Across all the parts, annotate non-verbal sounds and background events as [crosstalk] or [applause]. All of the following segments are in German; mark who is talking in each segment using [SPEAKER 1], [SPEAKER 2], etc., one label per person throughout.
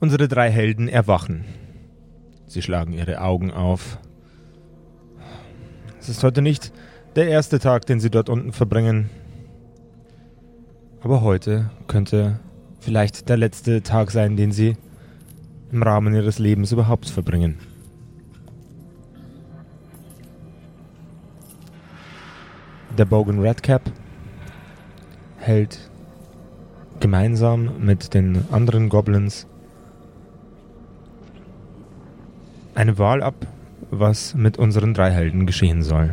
[SPEAKER 1] Unsere drei Helden erwachen. Sie schlagen ihre Augen auf. Es ist heute nicht der erste Tag, den sie dort unten verbringen. Aber heute könnte vielleicht der letzte Tag sein, den sie im Rahmen ihres Lebens überhaupt verbringen. Der Bogan Redcap hält gemeinsam mit den anderen Goblins eine Wahl ab, was mit unseren drei Helden geschehen soll.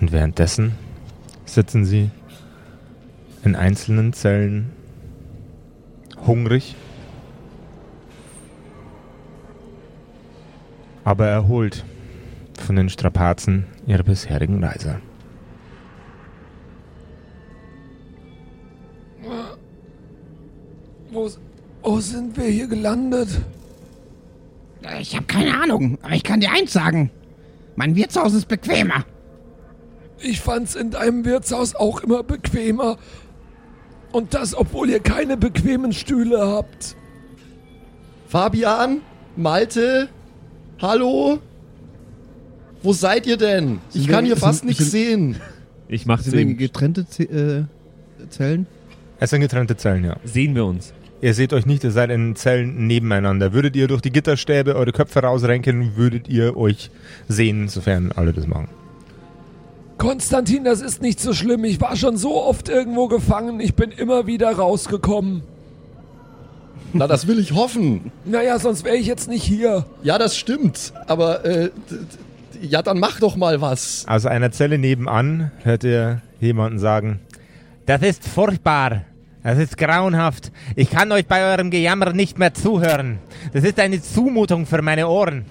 [SPEAKER 1] Und währenddessen sitzen sie in einzelnen Zellen hungrig, aber erholt von den Strapazen ihrer bisherigen Reise.
[SPEAKER 2] Wo, wo sind wir hier gelandet?
[SPEAKER 3] Ich habe keine Ahnung, aber ich kann dir eins sagen. Mein Wirtshaus ist bequemer.
[SPEAKER 2] Ich fand's in deinem Wirtshaus auch immer bequemer. Und das, obwohl ihr keine bequemen Stühle habt.
[SPEAKER 4] Fabian, Malte, hallo? Wo seid ihr denn? Ich
[SPEAKER 5] Sind
[SPEAKER 4] kann
[SPEAKER 5] wir-
[SPEAKER 4] hier fast
[SPEAKER 5] sind-
[SPEAKER 4] nichts sehen.
[SPEAKER 6] Ich mache
[SPEAKER 5] Sind wir
[SPEAKER 6] den.
[SPEAKER 5] getrennte Ze äh, Zellen?
[SPEAKER 1] Es sind getrennte Zellen, ja.
[SPEAKER 6] Sehen wir uns.
[SPEAKER 1] Ihr seht euch nicht, ihr seid in Zellen nebeneinander. Würdet ihr durch die Gitterstäbe eure Köpfe rausrenken, würdet ihr euch sehen, sofern alle das machen.
[SPEAKER 2] Konstantin, das ist nicht so schlimm. Ich war schon so oft irgendwo gefangen. Ich bin immer wieder rausgekommen.
[SPEAKER 4] Na, das will ich hoffen.
[SPEAKER 2] Naja, sonst wäre ich jetzt nicht hier.
[SPEAKER 4] Ja, das stimmt. Aber, äh, d- d- ja, dann mach doch mal was.
[SPEAKER 1] Aus Also einer Zelle nebenan hört ihr jemanden sagen, das ist furchtbar. Das ist grauenhaft. Ich kann euch bei eurem Gejammer nicht mehr zuhören. Das ist eine Zumutung für meine Ohren.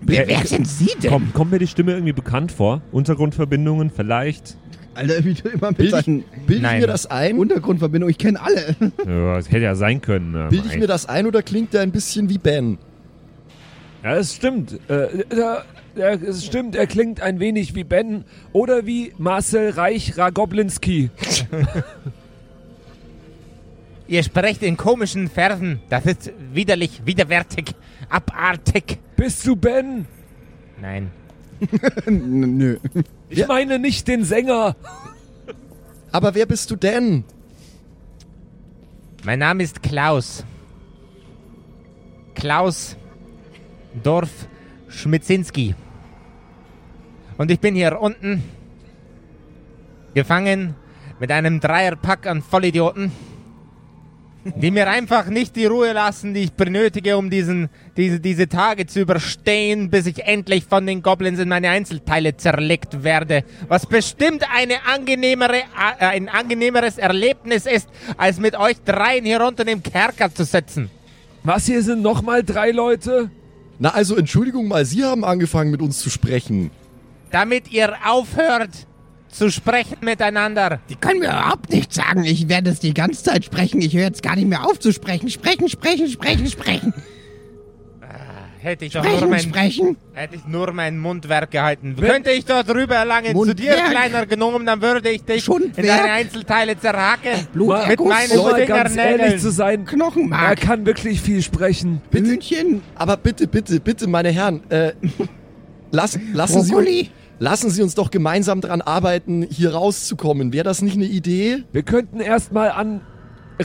[SPEAKER 3] Wer, wer sind Sie denn?
[SPEAKER 6] Komm, kommt mir die Stimme irgendwie bekannt vor? Untergrundverbindungen vielleicht?
[SPEAKER 5] Alter, wie du immer mit
[SPEAKER 4] Bild ich,
[SPEAKER 5] deinen
[SPEAKER 4] bild ich
[SPEAKER 1] Nein.
[SPEAKER 4] mir das ein?
[SPEAKER 5] Untergrundverbindungen, ich kenne alle.
[SPEAKER 6] Ja, das hätte ja sein können. ähm,
[SPEAKER 4] Bild ich
[SPEAKER 6] ey.
[SPEAKER 4] mir das ein oder klingt der ein bisschen wie Ben?
[SPEAKER 6] Ja, das stimmt. Äh,
[SPEAKER 2] Äh, da- ja, es stimmt, er klingt ein wenig wie Ben oder wie Marcel Reich Ragoblinski.
[SPEAKER 1] Ihr sprecht in komischen Versen. Das ist widerlich, widerwärtig, abartig.
[SPEAKER 2] Bist du Ben?
[SPEAKER 1] Nein.
[SPEAKER 5] N- Nö.
[SPEAKER 2] Ich meine nicht den Sänger.
[SPEAKER 4] Aber wer bist du denn?
[SPEAKER 1] Mein Name ist Klaus. Klaus Dorf Schmitzinski. Und ich bin hier unten gefangen mit einem Dreierpack an Vollidioten, die mir einfach nicht die Ruhe lassen, die ich benötige, um diesen, diese, diese Tage zu überstehen, bis ich endlich von den Goblins in meine Einzelteile zerlegt werde. Was bestimmt eine angenehmere, äh, ein angenehmeres Erlebnis ist, als mit euch dreien hier unten im Kerker zu sitzen.
[SPEAKER 2] Was hier sind nochmal drei Leute?
[SPEAKER 4] Na, also Entschuldigung mal, Sie haben angefangen mit uns zu sprechen.
[SPEAKER 1] damit ihr aufhört zu sprechen miteinander.
[SPEAKER 3] Die können mir überhaupt nichts sagen. Ich werde es die ganze Zeit sprechen. Ich höre jetzt gar nicht mehr auf zu sprechen. Sprechen, sprechen, sprechen, sprechen.
[SPEAKER 1] Hätte ich doch nur
[SPEAKER 3] Sprechen,
[SPEAKER 1] mein,
[SPEAKER 3] sprechen.
[SPEAKER 1] hätte ich nur mein Mundwerk gehalten. Könnte ich dort rüber langen zu dir,
[SPEAKER 3] Mundwerk.
[SPEAKER 1] kleiner genommen, dann würde ich dich in
[SPEAKER 3] Schundwerk.
[SPEAKER 1] deine Einzelteile zerhacken.
[SPEAKER 3] Blut,
[SPEAKER 1] Mit meinen
[SPEAKER 2] um mal ganz
[SPEAKER 1] Fingernägeln.
[SPEAKER 2] ehrlich zu sein, er
[SPEAKER 3] Knochenmark.
[SPEAKER 2] kann wirklich viel sprechen.
[SPEAKER 3] Hühnchen.
[SPEAKER 4] Aber bitte, bitte, bitte, meine Herren, äh, lass, lassen, Sie,
[SPEAKER 3] Brokkoli.
[SPEAKER 4] lassen Sie uns doch gemeinsam dran arbeiten, hier rauszukommen. Wäre das nicht eine Idee?
[SPEAKER 2] Wir könnten erstmal an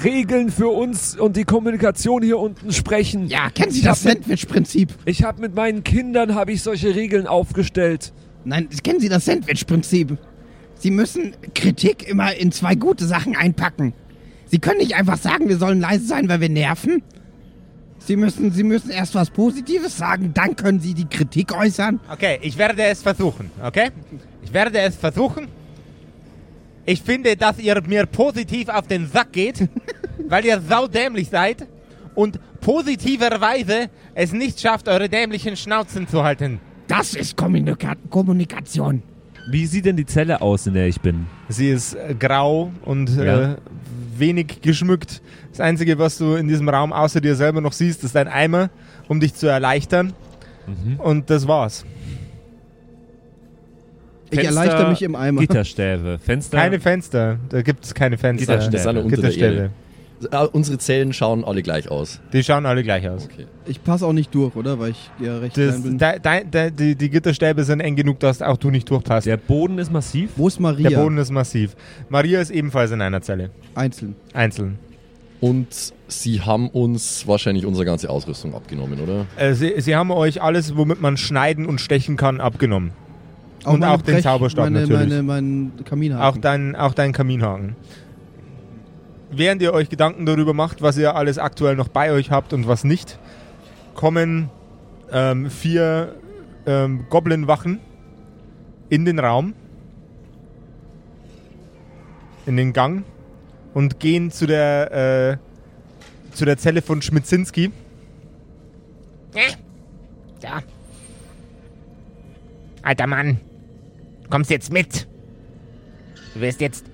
[SPEAKER 2] Regeln für uns und die Kommunikation hier unten sprechen.
[SPEAKER 3] Ja, kennen Sie
[SPEAKER 2] Ich hab
[SPEAKER 3] das Sandwich-Prinzip?
[SPEAKER 2] Ich habe mit meinen Kindern habe ich solche Regeln aufgestellt.
[SPEAKER 3] Nein, kennen Sie das Sandwich-Prinzip? Sie müssen Kritik immer in zwei gute Sachen einpacken. Sie können nicht einfach sagen, wir sollen leise sein, weil wir nerven. Sie müssen, Sie müssen erst was Positives sagen, dann können Sie die Kritik äußern.
[SPEAKER 1] Okay, ich werde es versuchen, okay? Ich werde es versuchen. Ich finde, dass ihr mir positiv auf den Sack [laughs] geht, weil ihr saudämlich seid und positiverweise es nicht schafft, eure dämlichen Schnauzen zu halten.
[SPEAKER 3] Das ist Kommunika Kommunikation.
[SPEAKER 6] wie sieht denn die Zelle aus, in der ich bin?
[SPEAKER 1] Sie ist äh, grau und
[SPEAKER 6] Ja.
[SPEAKER 1] äh, wenig geschmückt. Das Einzige, was du in diesem Raum außer dir selber noch siehst, ist ein Eimer, um dich zu erleichtern.
[SPEAKER 4] Mhm.
[SPEAKER 1] Und das war's.
[SPEAKER 5] Ich
[SPEAKER 6] Fenster,
[SPEAKER 5] erleichter mich im Eimer.
[SPEAKER 6] Gitterstäbe, Fenster.
[SPEAKER 1] Keine Fenster. Da gibt's keine Fenster.
[SPEAKER 6] Gitterstäbe.
[SPEAKER 4] Das ist eine unter der
[SPEAKER 1] Gitterstäbe.
[SPEAKER 4] Erde. Äh, unsere Zellen schauen alle gleich aus.
[SPEAKER 1] Die schauen alle gleich aus.
[SPEAKER 7] Ich passe auch nicht durch, oder? Weil ich ja recht
[SPEAKER 1] Das,
[SPEAKER 7] klein bin.
[SPEAKER 1] de, de, de, die, die Gitterstäbe sind eng genug, dass auch du nicht durchpasst.
[SPEAKER 8] Der Boden ist massiv.
[SPEAKER 7] Wo ist Maria?
[SPEAKER 1] Der Boden ist massiv. Maria ist ebenfalls in einer Zelle.
[SPEAKER 7] Einzeln.
[SPEAKER 1] Einzeln.
[SPEAKER 4] Und sie haben uns wahrscheinlich unsere ganze Ausrüstung abgenommen, oder?
[SPEAKER 1] Äh, sie, sie haben euch alles, womit man schneiden und stechen kann, abgenommen. Und
[SPEAKER 7] meine
[SPEAKER 1] auch den Zauberstab
[SPEAKER 7] meine,
[SPEAKER 1] natürlich.
[SPEAKER 7] Meine, meinen
[SPEAKER 1] Auch
[SPEAKER 7] Kaminhaken.
[SPEAKER 1] dein, auch dein Kaminhaken. Während ihr euch Gedanken darüber macht, was ihr alles aktuell noch bei euch habt und was nicht, kommen ähm, vier ähm, Goblin-Wachen in den Raum, in den Gang und gehen zu der, äh, zu der Zelle von Schmitzinski.
[SPEAKER 9] Da. Alter Mann, kommst jetzt mit. Du wirst jetzt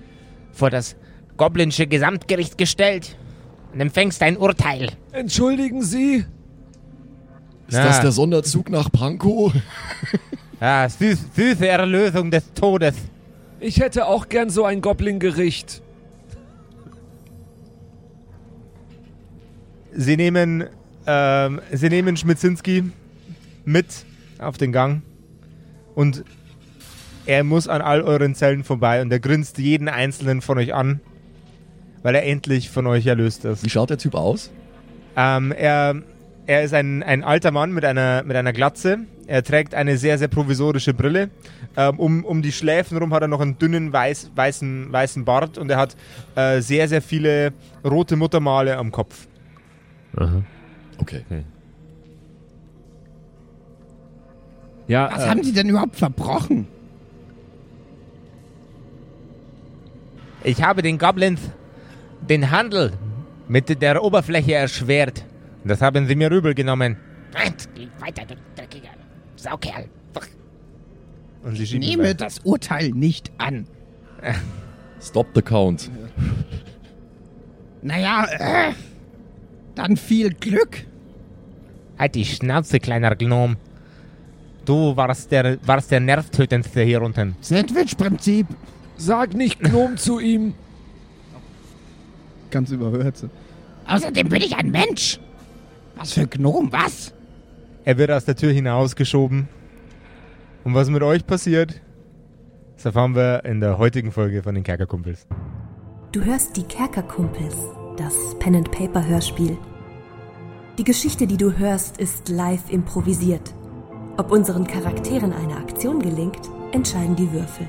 [SPEAKER 9] vor das goblinsche Gesamtgericht gestellt und empfängst ein Urteil.
[SPEAKER 2] Entschuldigen Sie,
[SPEAKER 4] Ist
[SPEAKER 1] Ja.
[SPEAKER 4] das der Sonderzug nach Pankow?
[SPEAKER 1] Ja, süß, süße Erlösung des Todes.
[SPEAKER 2] ich hätte auch gern so ein Goblin-Gericht.
[SPEAKER 1] Sie nehmen, ähm, sie nehmen Schmitzinski mit auf den Gang und er muss an all euren Zellen vorbei und er grinst jeden einzelnen von euch an, weil er endlich von euch erlöst ist.
[SPEAKER 4] Wie schaut der Typ aus?
[SPEAKER 1] Ähm, er, er ist ein, ein alter Mann mit einer, mit einer Glatze. Er trägt eine sehr, sehr provisorische Brille. Ähm, um, um die Schläfen rum hat er noch einen dünnen weiß, weißen, weißen Bart und er hat äh, sehr, sehr viele rote Muttermale am Kopf.
[SPEAKER 8] Aha.
[SPEAKER 4] Okay.
[SPEAKER 8] Ja,
[SPEAKER 3] Was
[SPEAKER 6] Also
[SPEAKER 8] äh,
[SPEAKER 3] haben die denn überhaupt verbrochen?
[SPEAKER 9] Ich habe den Goblins den Handel mit der Oberfläche erschwert.
[SPEAKER 1] Das haben sie mir übel genommen.
[SPEAKER 9] Nein, geh weiter, du dreckiger Saukerl.
[SPEAKER 1] Und sie schieben
[SPEAKER 3] Nehme das Urteil nicht an.
[SPEAKER 4] Stop the count.
[SPEAKER 3] Naja, äh, dann viel Glück.
[SPEAKER 9] Halt die Schnauze, kleiner Gnom. Du warst der, warst der nervtötendste hier unten.
[SPEAKER 3] Sandwich-Prinzip.
[SPEAKER 2] Sag nicht Gnom zu ihm.
[SPEAKER 7] Ganz überhört. sie.
[SPEAKER 3] Außerdem bin ich ein Mensch. Was für Gnom, was?
[SPEAKER 1] Er wird aus der Tür hinausgeschoben. Und was mit euch passiert, das erfahren wir in der heutigen Folge von den Kerkerkumpels.
[SPEAKER 10] Du hörst die Kerkerkumpels, das Pen and Paper Hörspiel. Die Geschichte, die du hörst, ist live improvisiert. Ob unseren Charakteren eine Aktion gelingt, entscheiden die Würfel.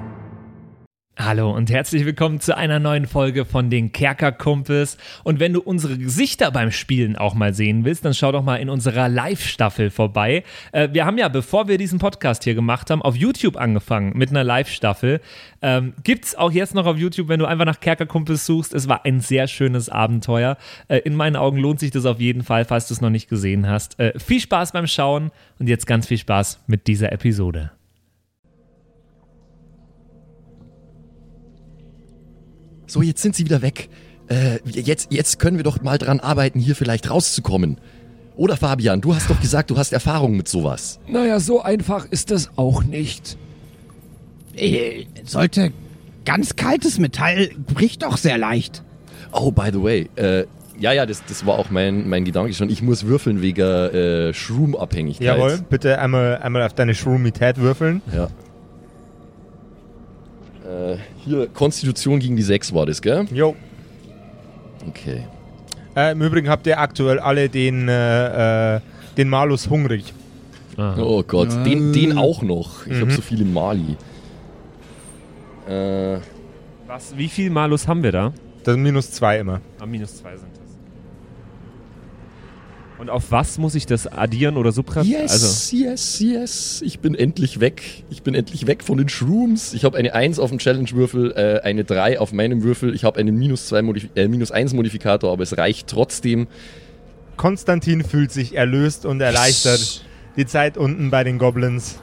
[SPEAKER 6] Hallo und herzlich willkommen zu einer neuen Folge von den Kerkerkumpels. Und wenn du unsere Gesichter beim Spielen auch mal sehen willst, dann schau doch mal in unserer Live-Staffel vorbei. Äh, wir haben ja, bevor wir diesen Podcast hier gemacht haben, auf YouTube angefangen mit einer Live-Staffel. Ähm, gibt's auch jetzt noch auf YouTube, wenn du einfach nach Kerkerkumpels suchst. Es war ein sehr schönes Abenteuer. Äh, in meinen Augen lohnt sich das auf jeden Fall, falls du es noch nicht gesehen hast. Äh, viel Spaß beim Schauen und jetzt ganz viel Spaß mit dieser Episode.
[SPEAKER 4] So, jetzt sind sie wieder weg. Äh, jetzt, jetzt können wir doch mal dran arbeiten, hier vielleicht rauszukommen. Oder Fabian, du hast doch gesagt, du hast Erfahrung mit sowas.
[SPEAKER 2] Naja, so einfach ist das auch nicht.
[SPEAKER 3] Äh, sollte ganz kaltes Metall bricht doch sehr leicht.
[SPEAKER 4] Oh, by the way, äh, ja, ja, das, das war auch mein, mein Gedanke schon. Ich muss würfeln wegen äh, Shroom-Abhängigkeit.
[SPEAKER 1] Jawohl, bitte einmal, einmal auf deine Shroomität würfeln.
[SPEAKER 4] Ja. Äh, hier, Konstitution gegen die 6 war das, gell?
[SPEAKER 1] Jo.
[SPEAKER 4] Okay.
[SPEAKER 1] Äh, Im Übrigen habt ihr aktuell alle den, äh, äh, den Malus hungrig.
[SPEAKER 4] Oh Gott, den, den auch noch. Ich hab habe so viele Mali. Äh,
[SPEAKER 8] was, wie viel Malus haben wir da?
[SPEAKER 1] Das sind minus zwei immer.
[SPEAKER 8] Ah, minus zwei sind das. Und auf was muss ich das addieren oder subtrahieren?
[SPEAKER 4] yes,
[SPEAKER 8] Also,
[SPEAKER 4] yes, yes. Ich bin endlich weg. Ich bin endlich weg von den Shrooms. Ich habe eine 1 auf dem Challenge-Würfel, äh, eine 3 auf meinem Würfel. Ich habe einen minus, 2 Modif äh, minus 1 Modifikator, aber es reicht trotzdem.
[SPEAKER 1] Konstantin fühlt sich erlöst und erleichtert. Die Zeit unten bei den Goblins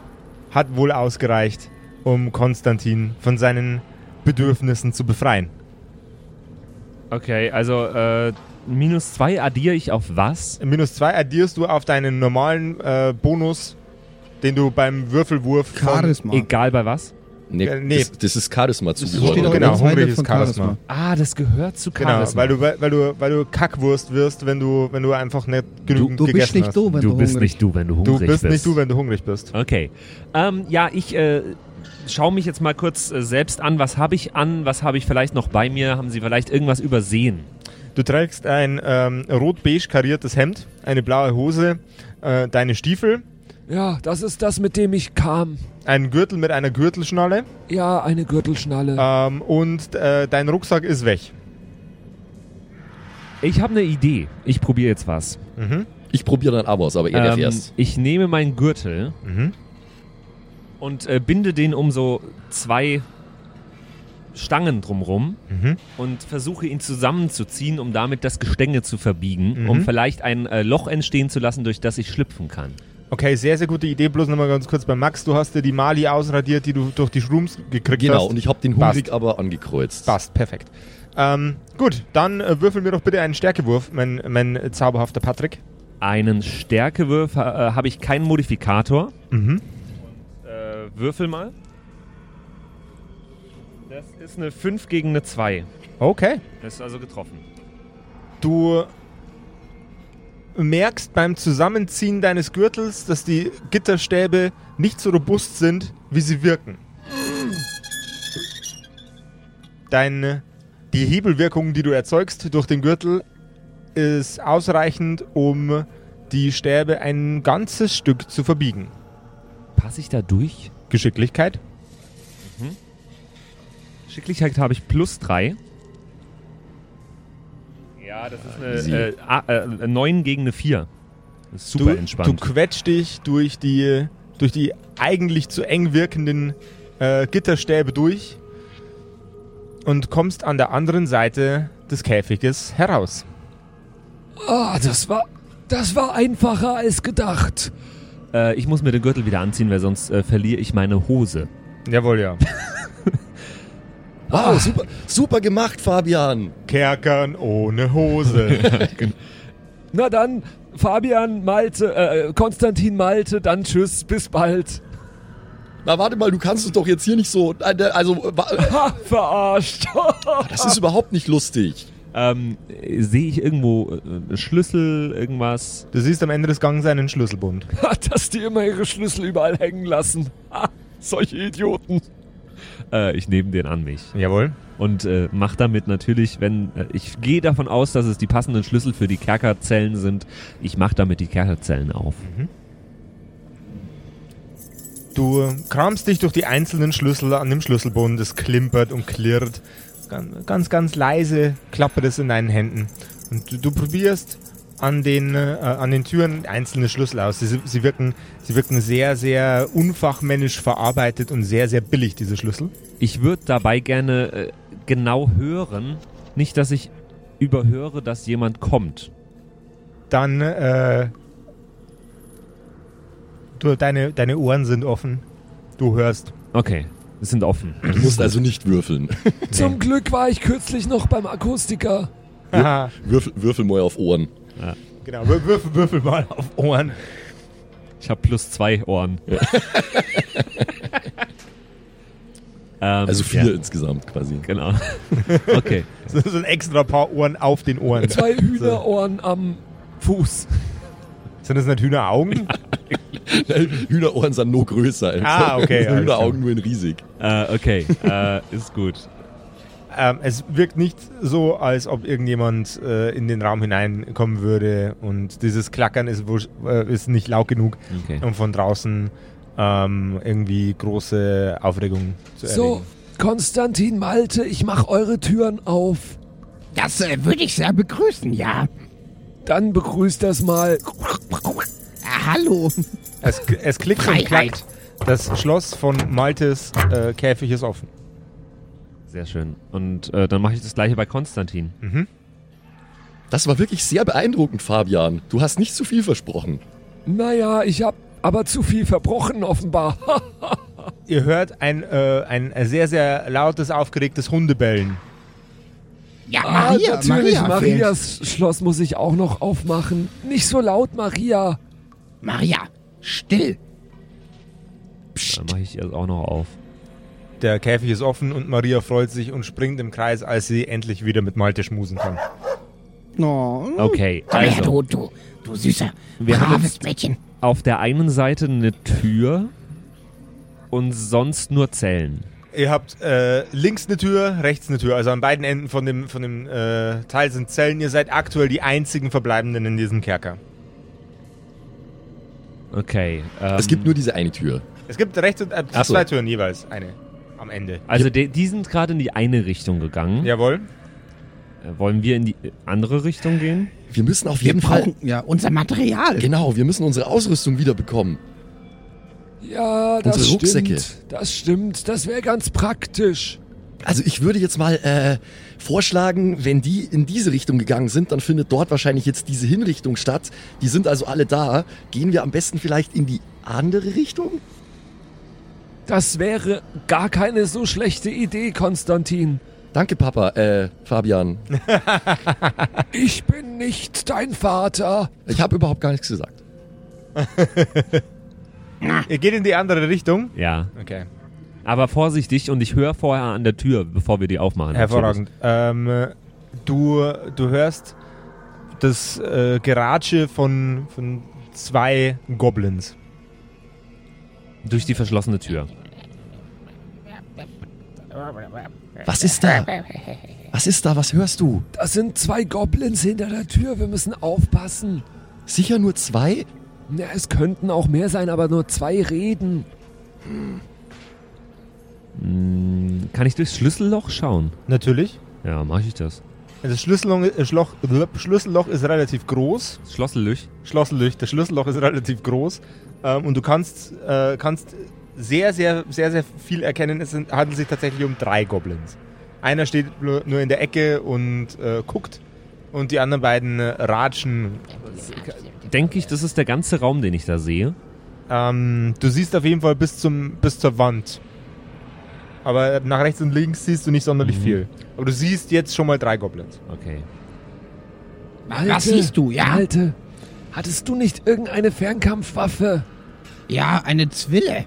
[SPEAKER 1] hat wohl ausgereicht, um Konstantin von seinen Bedürfnissen zu befreien.
[SPEAKER 8] okay, also äh,
[SPEAKER 6] minus 2 addiere ich auf was?
[SPEAKER 1] Minus 2 addierst du auf deinen normalen äh, Bonus, den du beim Würfelwurf von,
[SPEAKER 11] Charisma.
[SPEAKER 6] Egal bei was?
[SPEAKER 4] Nee,
[SPEAKER 1] Äh, nee.
[SPEAKER 4] Ne, Das, das ist Charisma
[SPEAKER 11] steht
[SPEAKER 1] auch
[SPEAKER 4] zugeordnet.
[SPEAKER 11] auf
[SPEAKER 1] genau,
[SPEAKER 11] der Seite
[SPEAKER 1] hungriges
[SPEAKER 11] von
[SPEAKER 1] Charisma.
[SPEAKER 6] Ah, das gehört zu
[SPEAKER 1] Genau,
[SPEAKER 6] Charisma.
[SPEAKER 1] weil du, weil, du, weil du Kackwurst wirst, wenn du, wenn du einfach nicht genügend
[SPEAKER 11] Du bist
[SPEAKER 1] gegessen
[SPEAKER 11] nicht
[SPEAKER 1] hast.
[SPEAKER 11] du, wenn du,
[SPEAKER 6] du bist
[SPEAKER 11] hungrig
[SPEAKER 6] nicht du, wenn du
[SPEAKER 1] Du
[SPEAKER 6] hungrig
[SPEAKER 1] bist nicht du, wenn du hungrig bist.
[SPEAKER 6] Okay. Ähm, ja, ich äh, schaue mich jetzt mal kurz äh, selbst an. Was habe ich an? Was habe ich vielleicht noch bei mir? Haben Sie vielleicht irgendwas übersehen?
[SPEAKER 1] Du trägst ein ähm, rot-beige kariertes Hemd, eine blaue Hose, äh, deine Stiefel,
[SPEAKER 2] Ja, das ist das, mit dem ich kam.
[SPEAKER 1] einen Gürtel mit einer Gürtelschnalle
[SPEAKER 2] Ja, eine Gürtelschnalle.
[SPEAKER 1] ähm, und äh, dein Rucksack ist weg.
[SPEAKER 6] Ich habe eine Idee. Ich probiere jetzt was.
[SPEAKER 4] Ich probiere dann aber aus, aber er darf
[SPEAKER 6] Ähm,
[SPEAKER 4] erst.
[SPEAKER 6] ich nehme meinen Gürtel
[SPEAKER 1] Mhm.
[SPEAKER 6] und äh, binde den um so zwei Stangen drumrum
[SPEAKER 1] Mhm.
[SPEAKER 6] und versuche ihn zusammenzuziehen, um damit das Gestänge zu verbiegen,
[SPEAKER 1] Mhm.
[SPEAKER 6] um vielleicht ein äh, Loch entstehen zu lassen, durch das ich schlüpfen kann.
[SPEAKER 1] Okay, sehr, sehr gute Idee. Bloß nochmal ganz kurz bei Max. Du hast dir die Mali ausradiert, die du durch die Shrooms gekriegt hast.
[SPEAKER 4] Genau, und ich habe den
[SPEAKER 1] Passt.
[SPEAKER 4] hungrig aber angekreuzt.
[SPEAKER 1] Passt, perfekt. Ähm, gut, dann äh, würfel mir doch bitte einen Stärkewurf, mein, mein äh, zauberhafter Patrick.
[SPEAKER 6] Einen Stärkewurf äh, habe ich keinen Modifikator.
[SPEAKER 1] Mhm.
[SPEAKER 6] Äh, würfel mal. Das ist eine 5 gegen eine 2.
[SPEAKER 1] Okay.
[SPEAKER 6] Das ist also getroffen.
[SPEAKER 1] Du merkst beim Zusammenziehen deines Gürtels, dass die Gitterstäbe nicht so robust sind, wie sie wirken. Deine, die Hebelwirkung, die du erzeugst durch den Gürtel, ist ausreichend, um die Stäbe ein ganzes Stück zu verbiegen.
[SPEAKER 6] Passe ich da durch?
[SPEAKER 1] Geschicklichkeit?
[SPEAKER 6] Schicklichkeit habe ich plus 3. Ja, das ist
[SPEAKER 4] easy.
[SPEAKER 6] eine äh, a- äh, 9 gegen eine 4. Das ist super
[SPEAKER 1] du, Du
[SPEAKER 6] entspannt.
[SPEAKER 1] quetscht dich durch die, durch die eigentlich zu eng wirkenden äh, Gitterstäbe durch und kommst an der anderen Seite des Käfiges heraus.
[SPEAKER 2] ah, das war. Das war einfacher als gedacht.
[SPEAKER 6] Äh, ich muss mir den Gürtel wieder anziehen, weil sonst äh, verliere ich meine Hose.
[SPEAKER 1] Jawohl, ja.
[SPEAKER 4] Wow, super, super gemacht, Fabian.
[SPEAKER 1] [laughs] Kerkern ohne [laughs] Hose.
[SPEAKER 2] Na dann, Fabian, Malte, äh, Konstantin Malte, dann tschüss, bis bald.
[SPEAKER 4] Na, warte mal, du kannst es doch jetzt hier nicht so. Also, wa-
[SPEAKER 2] Ha, verarscht. [laughs]
[SPEAKER 4] das ist überhaupt nicht lustig.
[SPEAKER 6] Ähm, äh, Sehe ich irgendwo äh, Schlüssel, irgendwas?
[SPEAKER 1] du siehst am Ende des Gangs einen Schlüsselbund.
[SPEAKER 2] Dass die immer ihre Schlüssel überall hängen lassen. Ha, solche Idioten.
[SPEAKER 6] Äh, ich nehme den an mich.
[SPEAKER 1] Jawohl.
[SPEAKER 6] und äh, mach damit natürlich, wenn äh, ich gehe davon aus, dass es die passenden Schlüssel für die Kerkerzellen sind. Ich mach damit die Kerkerzellen auf.
[SPEAKER 1] Du kramst dich durch die einzelnen Schlüssel an dem Schlüsselbund. Es klimpert und klirrt. Ganz, ganz, ganz leise klappert es in deinen Händen. Und du, du probierst an den, äh, an den Türen einzelne Schlüssel aus. Sie, sie, wirken, sie wirken sehr, sehr unfachmännisch verarbeitet und sehr, sehr billig, diese Schlüssel.
[SPEAKER 6] Ich würde dabei gerne äh, genau hören, nicht dass ich überhöre, dass jemand kommt.
[SPEAKER 1] Dann, äh, du, deine, deine Ohren sind offen. Du hörst.
[SPEAKER 6] Okay, wir sind offen.
[SPEAKER 4] Du musst also nicht würfeln. [laughs]
[SPEAKER 2] Zum Glück war ich kürzlich noch beim Akustiker.
[SPEAKER 1] Haha.
[SPEAKER 4] Würfel, würfel mal auf Ohren.
[SPEAKER 1] [laughs] genau, wür- würfel, würfel mal auf Ohren.
[SPEAKER 6] Ich habe plus zwei Ohren. [laughs] Ähm,
[SPEAKER 4] Also vier
[SPEAKER 6] ja,
[SPEAKER 4] insgesamt quasi.
[SPEAKER 6] Genau. Okay.
[SPEAKER 1] So so ein extra paar Ohren auf den Ohren.
[SPEAKER 3] [laughs]
[SPEAKER 2] Zwei Hühnerohren am Fuß.
[SPEAKER 1] Sind das nicht Hühneraugen?
[SPEAKER 4] [laughs] Hühnerohren sind nur größer.
[SPEAKER 1] Ah, okay, alles
[SPEAKER 4] Hühneraugen nur in riesig.
[SPEAKER 6] Äh, okay. Äh, ist gut.
[SPEAKER 1] Ähm, es wirkt nicht so, als ob irgendjemand äh, in den Raum hineinkommen würde und dieses Klackern ist, wusch- äh, ist nicht laut genug,
[SPEAKER 6] Okay.
[SPEAKER 1] um von draußen ähm, irgendwie große Aufregung zu
[SPEAKER 2] So,
[SPEAKER 1] erregen.
[SPEAKER 2] Konstantin Malte, ich mach eure Türen auf.
[SPEAKER 3] Das äh, würde ich sehr begrüßen, ja.
[SPEAKER 2] Dann begrüßt das mal.
[SPEAKER 3] Ah, hallo.
[SPEAKER 1] Es, es klickt und
[SPEAKER 3] Freiheit.
[SPEAKER 1] klackt. Das Schloss von Maltes äh, Käfig ist offen.
[SPEAKER 6] Sehr schön. Und äh, dann mache ich das gleiche bei Konstantin.
[SPEAKER 4] Das war wirklich sehr beeindruckend, Fabian. Du hast nicht zu viel versprochen.
[SPEAKER 2] Naja, ich hab aber zu viel verbrochen offenbar. [laughs] Ha,
[SPEAKER 1] Ihr hört ein, äh, ein sehr, sehr lautes, aufgeregtes Hundebellen.
[SPEAKER 3] Ja,
[SPEAKER 2] Ah,
[SPEAKER 3] Maria,
[SPEAKER 2] natürlich,
[SPEAKER 3] Maria, fehlt.
[SPEAKER 2] Marias Schloss muss ich auch noch aufmachen. Nicht so laut, Maria.
[SPEAKER 3] Maria, still.
[SPEAKER 6] Dann mache ich das auch noch auf.
[SPEAKER 1] Der Käfig ist offen und Maria freut sich und springt im Kreis, als sie endlich wieder mit Malte schmusen kann.
[SPEAKER 12] No.
[SPEAKER 6] Okay,
[SPEAKER 3] Komm her, du,
[SPEAKER 6] also
[SPEAKER 3] du, du süßer,
[SPEAKER 6] Wir haben
[SPEAKER 3] braves Mädchen.
[SPEAKER 6] auf der einen Seite eine Tür und sonst nur Zellen.
[SPEAKER 1] Ihr habt äh, links eine Tür, rechts eine Tür. Also an beiden Enden von dem, von dem äh, Teil sind Zellen. Ihr seid aktuell die einzigen Verbleibenden in diesem Kerker.
[SPEAKER 6] Okay. Ähm,
[SPEAKER 4] Es gibt nur diese eine Tür.
[SPEAKER 1] Es gibt rechts und äh,
[SPEAKER 4] Ach so.
[SPEAKER 1] zwei Türen jeweils. Eine am Ende.
[SPEAKER 6] also die, die sind gerade in die eine Richtung gegangen.
[SPEAKER 1] Jawohl.
[SPEAKER 6] Äh, Wollen wir in die äh, andere Richtung gehen?
[SPEAKER 4] Wir müssen auf
[SPEAKER 3] Wir
[SPEAKER 4] jeden Fall.
[SPEAKER 3] brauchen ja. unser Material.
[SPEAKER 4] Genau, wir müssen unsere Ausrüstung wiederbekommen.
[SPEAKER 2] Ja, das
[SPEAKER 4] Unsere Rucksäcke.
[SPEAKER 2] stimmt. Das stimmt. Das wäre ganz praktisch.
[SPEAKER 4] Also ich würde jetzt mal äh, vorschlagen, wenn die in diese Richtung gegangen sind, dann findet dort wahrscheinlich jetzt diese Hinrichtung statt. Die sind also alle da. Gehen wir am besten vielleicht in die andere Richtung?
[SPEAKER 2] Das wäre gar keine so schlechte Idee, Konstantin.
[SPEAKER 4] Danke, Papa, äh, Fabian.
[SPEAKER 2] Ich bin nicht dein Vater.
[SPEAKER 4] Ich habe überhaupt gar nichts gesagt.
[SPEAKER 1] Ihr geht in die andere Richtung.
[SPEAKER 6] Ja.
[SPEAKER 1] Okay.
[SPEAKER 6] Aber vorsichtig und ich höre vorher an der Tür, bevor wir die aufmachen.
[SPEAKER 1] Hervorragend. Ähm, du, du hörst das äh, Geratsche von, von zwei Goblins.
[SPEAKER 6] Natürlich. Durch die verschlossene Tür.
[SPEAKER 4] Was ist da? Was ist da? Was hörst du?
[SPEAKER 2] Das sind zwei Goblins hinter der Tür. Wir müssen aufpassen.
[SPEAKER 4] Sicher nur zwei?
[SPEAKER 2] Na, es könnten auch mehr sein, aber nur zwei reden.
[SPEAKER 6] Kann ich durchs Schlüsselloch schauen?
[SPEAKER 1] Natürlich.
[SPEAKER 6] Ja, mache ich das.
[SPEAKER 1] Das Schlüsselloch, äh, Schloch, Schlüsselloch ist relativ groß.
[SPEAKER 6] Das Schlosselloch?
[SPEAKER 1] Schlosselloch. Das Schlüsselloch ist relativ groß ähm, und du kannst, äh, kannst sehr, sehr, sehr, sehr viel erkennen. Es sind, handelt sich tatsächlich um drei Goblins. Einer steht nur nur in der Ecke und äh, guckt und die anderen beiden äh, ratschen.
[SPEAKER 6] Denke ich, das ist der ganze Raum, den ich da sehe.
[SPEAKER 1] Ähm, du siehst auf jeden Fall bis, zum, bis zur Wand. Aber nach rechts und links siehst du nicht sonderlich
[SPEAKER 6] Mhm.
[SPEAKER 1] viel. Aber du siehst jetzt schon mal drei Goblins.
[SPEAKER 6] Okay.
[SPEAKER 2] Alte,
[SPEAKER 3] Was siehst du, ja?
[SPEAKER 2] Alte, hattest du nicht irgendeine Fernkampfwaffe?
[SPEAKER 3] Ja, eine Zwille.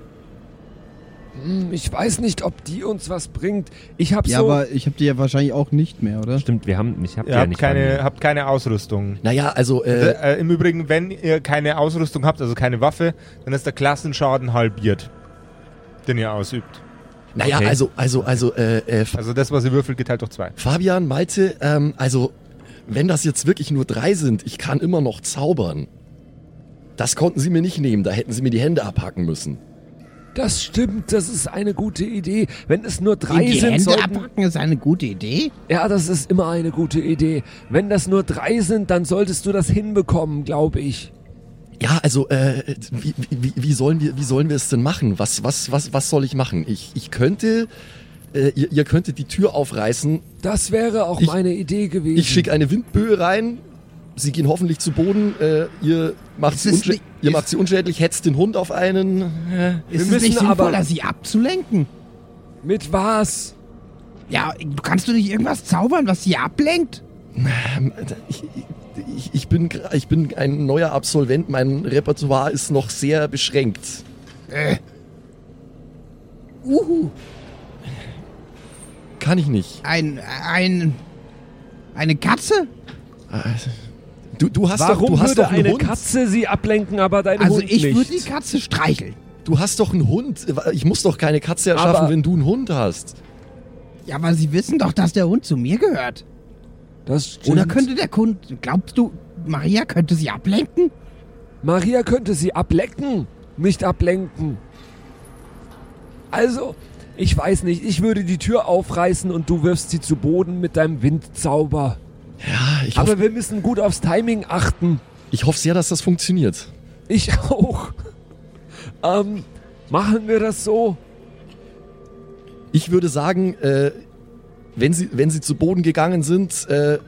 [SPEAKER 2] Hm, Ich weiß nicht, ob die uns was bringt. Ich hab
[SPEAKER 12] Ja,
[SPEAKER 2] so...
[SPEAKER 12] aber ich habe die ja wahrscheinlich auch nicht mehr, oder?
[SPEAKER 6] Stimmt, wir haben. Ich hab die
[SPEAKER 1] Ihr
[SPEAKER 6] ja
[SPEAKER 1] habt,
[SPEAKER 6] nicht bei
[SPEAKER 1] keine,
[SPEAKER 6] mir.
[SPEAKER 1] habt keine Ausrüstung.
[SPEAKER 4] Naja, also, äh,
[SPEAKER 1] Äh, Im Übrigen, wenn ihr keine Ausrüstung habt, also keine Waffe, dann ist der Klassenschaden halbiert, den ihr ausübt.
[SPEAKER 4] naja,
[SPEAKER 6] okay.
[SPEAKER 4] also, also, also, äh, äh, Fa-
[SPEAKER 1] Also das, was ihr würfelt, geteilt durch zwei.
[SPEAKER 4] Fabian, Malte, ähm, also, wenn das jetzt wirklich nur drei sind, ich kann immer noch zaubern. Das konnten sie mir nicht nehmen, da hätten sie mir die Hände abhacken müssen.
[SPEAKER 2] Das stimmt, das ist eine gute Idee. Wenn es nur drei
[SPEAKER 3] die
[SPEAKER 2] sind,
[SPEAKER 3] Hände
[SPEAKER 2] sollten...
[SPEAKER 3] abhacken ist eine gute Idee.
[SPEAKER 2] Ja, das ist immer eine gute Idee. Wenn das nur drei sind, dann solltest du das hinbekommen, glaube ich.
[SPEAKER 4] Ja, also, äh, wie, wie, wie, sollen wir, wie sollen wir es denn machen? Was, was, was, was soll ich machen? Ich, ich könnte, äh, ihr, ihr könntet die Tür aufreißen,
[SPEAKER 2] Das wäre auch
[SPEAKER 4] Ich-
[SPEAKER 2] meine Idee gewesen.
[SPEAKER 4] ich schicke eine Windböe rein, sie gehen hoffentlich zu Boden, äh, ihr, macht
[SPEAKER 3] Es
[SPEAKER 4] sie,
[SPEAKER 3] ist
[SPEAKER 4] unschä-
[SPEAKER 3] nicht-
[SPEAKER 4] ihr macht sie unschädlich, hetzt den Hund auf einen.
[SPEAKER 3] Ist es
[SPEAKER 2] müssen
[SPEAKER 3] nicht
[SPEAKER 2] aber-
[SPEAKER 3] sinnvoller, sie abzulenken?
[SPEAKER 2] Mit was?
[SPEAKER 3] Ja, du kannst du nicht irgendwas zaubern, was sie ablenkt?
[SPEAKER 4] Ich, ich, ich, bin, gra- ich bin ein neuer Absolvent, mein Repertoire ist noch sehr beschränkt.
[SPEAKER 3] Äh. Uhu,
[SPEAKER 4] Kann ich nicht.
[SPEAKER 3] ein, ein, eine Katze?
[SPEAKER 4] Du, du hast
[SPEAKER 2] Warum
[SPEAKER 4] doch, du hast
[SPEAKER 2] würde
[SPEAKER 4] doch einen
[SPEAKER 2] eine
[SPEAKER 4] Hund.
[SPEAKER 2] Katze sie ablenken, aber dein
[SPEAKER 3] Also
[SPEAKER 2] Hund
[SPEAKER 3] ich
[SPEAKER 2] nicht?
[SPEAKER 3] würde die Katze streicheln.
[SPEAKER 4] Du hast doch einen Hund. Ich muss doch keine Katze erschaffen,
[SPEAKER 2] Aber-
[SPEAKER 4] wenn du einen Hund hast.
[SPEAKER 3] Ja, aber sie wissen doch, dass der Hund zu mir gehört.
[SPEAKER 2] das stimmt.
[SPEAKER 3] Oder könnte der Kunde, glaubst du, Maria könnte sie ablenken?
[SPEAKER 2] Maria könnte sie ablecken, nicht ablenken. Also, ich weiß nicht, ich würde die Tür aufreißen und du wirfst sie zu Boden mit deinem Windzauber.
[SPEAKER 4] Ja, ich hoffe
[SPEAKER 2] Aber wir müssen gut aufs Timing achten.
[SPEAKER 4] ich hoff sehr, dass das funktioniert.
[SPEAKER 2] Ich auch. Ähm, machen wir das so?
[SPEAKER 4] Ich würde sagen, äh, wenn, sie, wenn sie zu Boden gegangen sind, äh,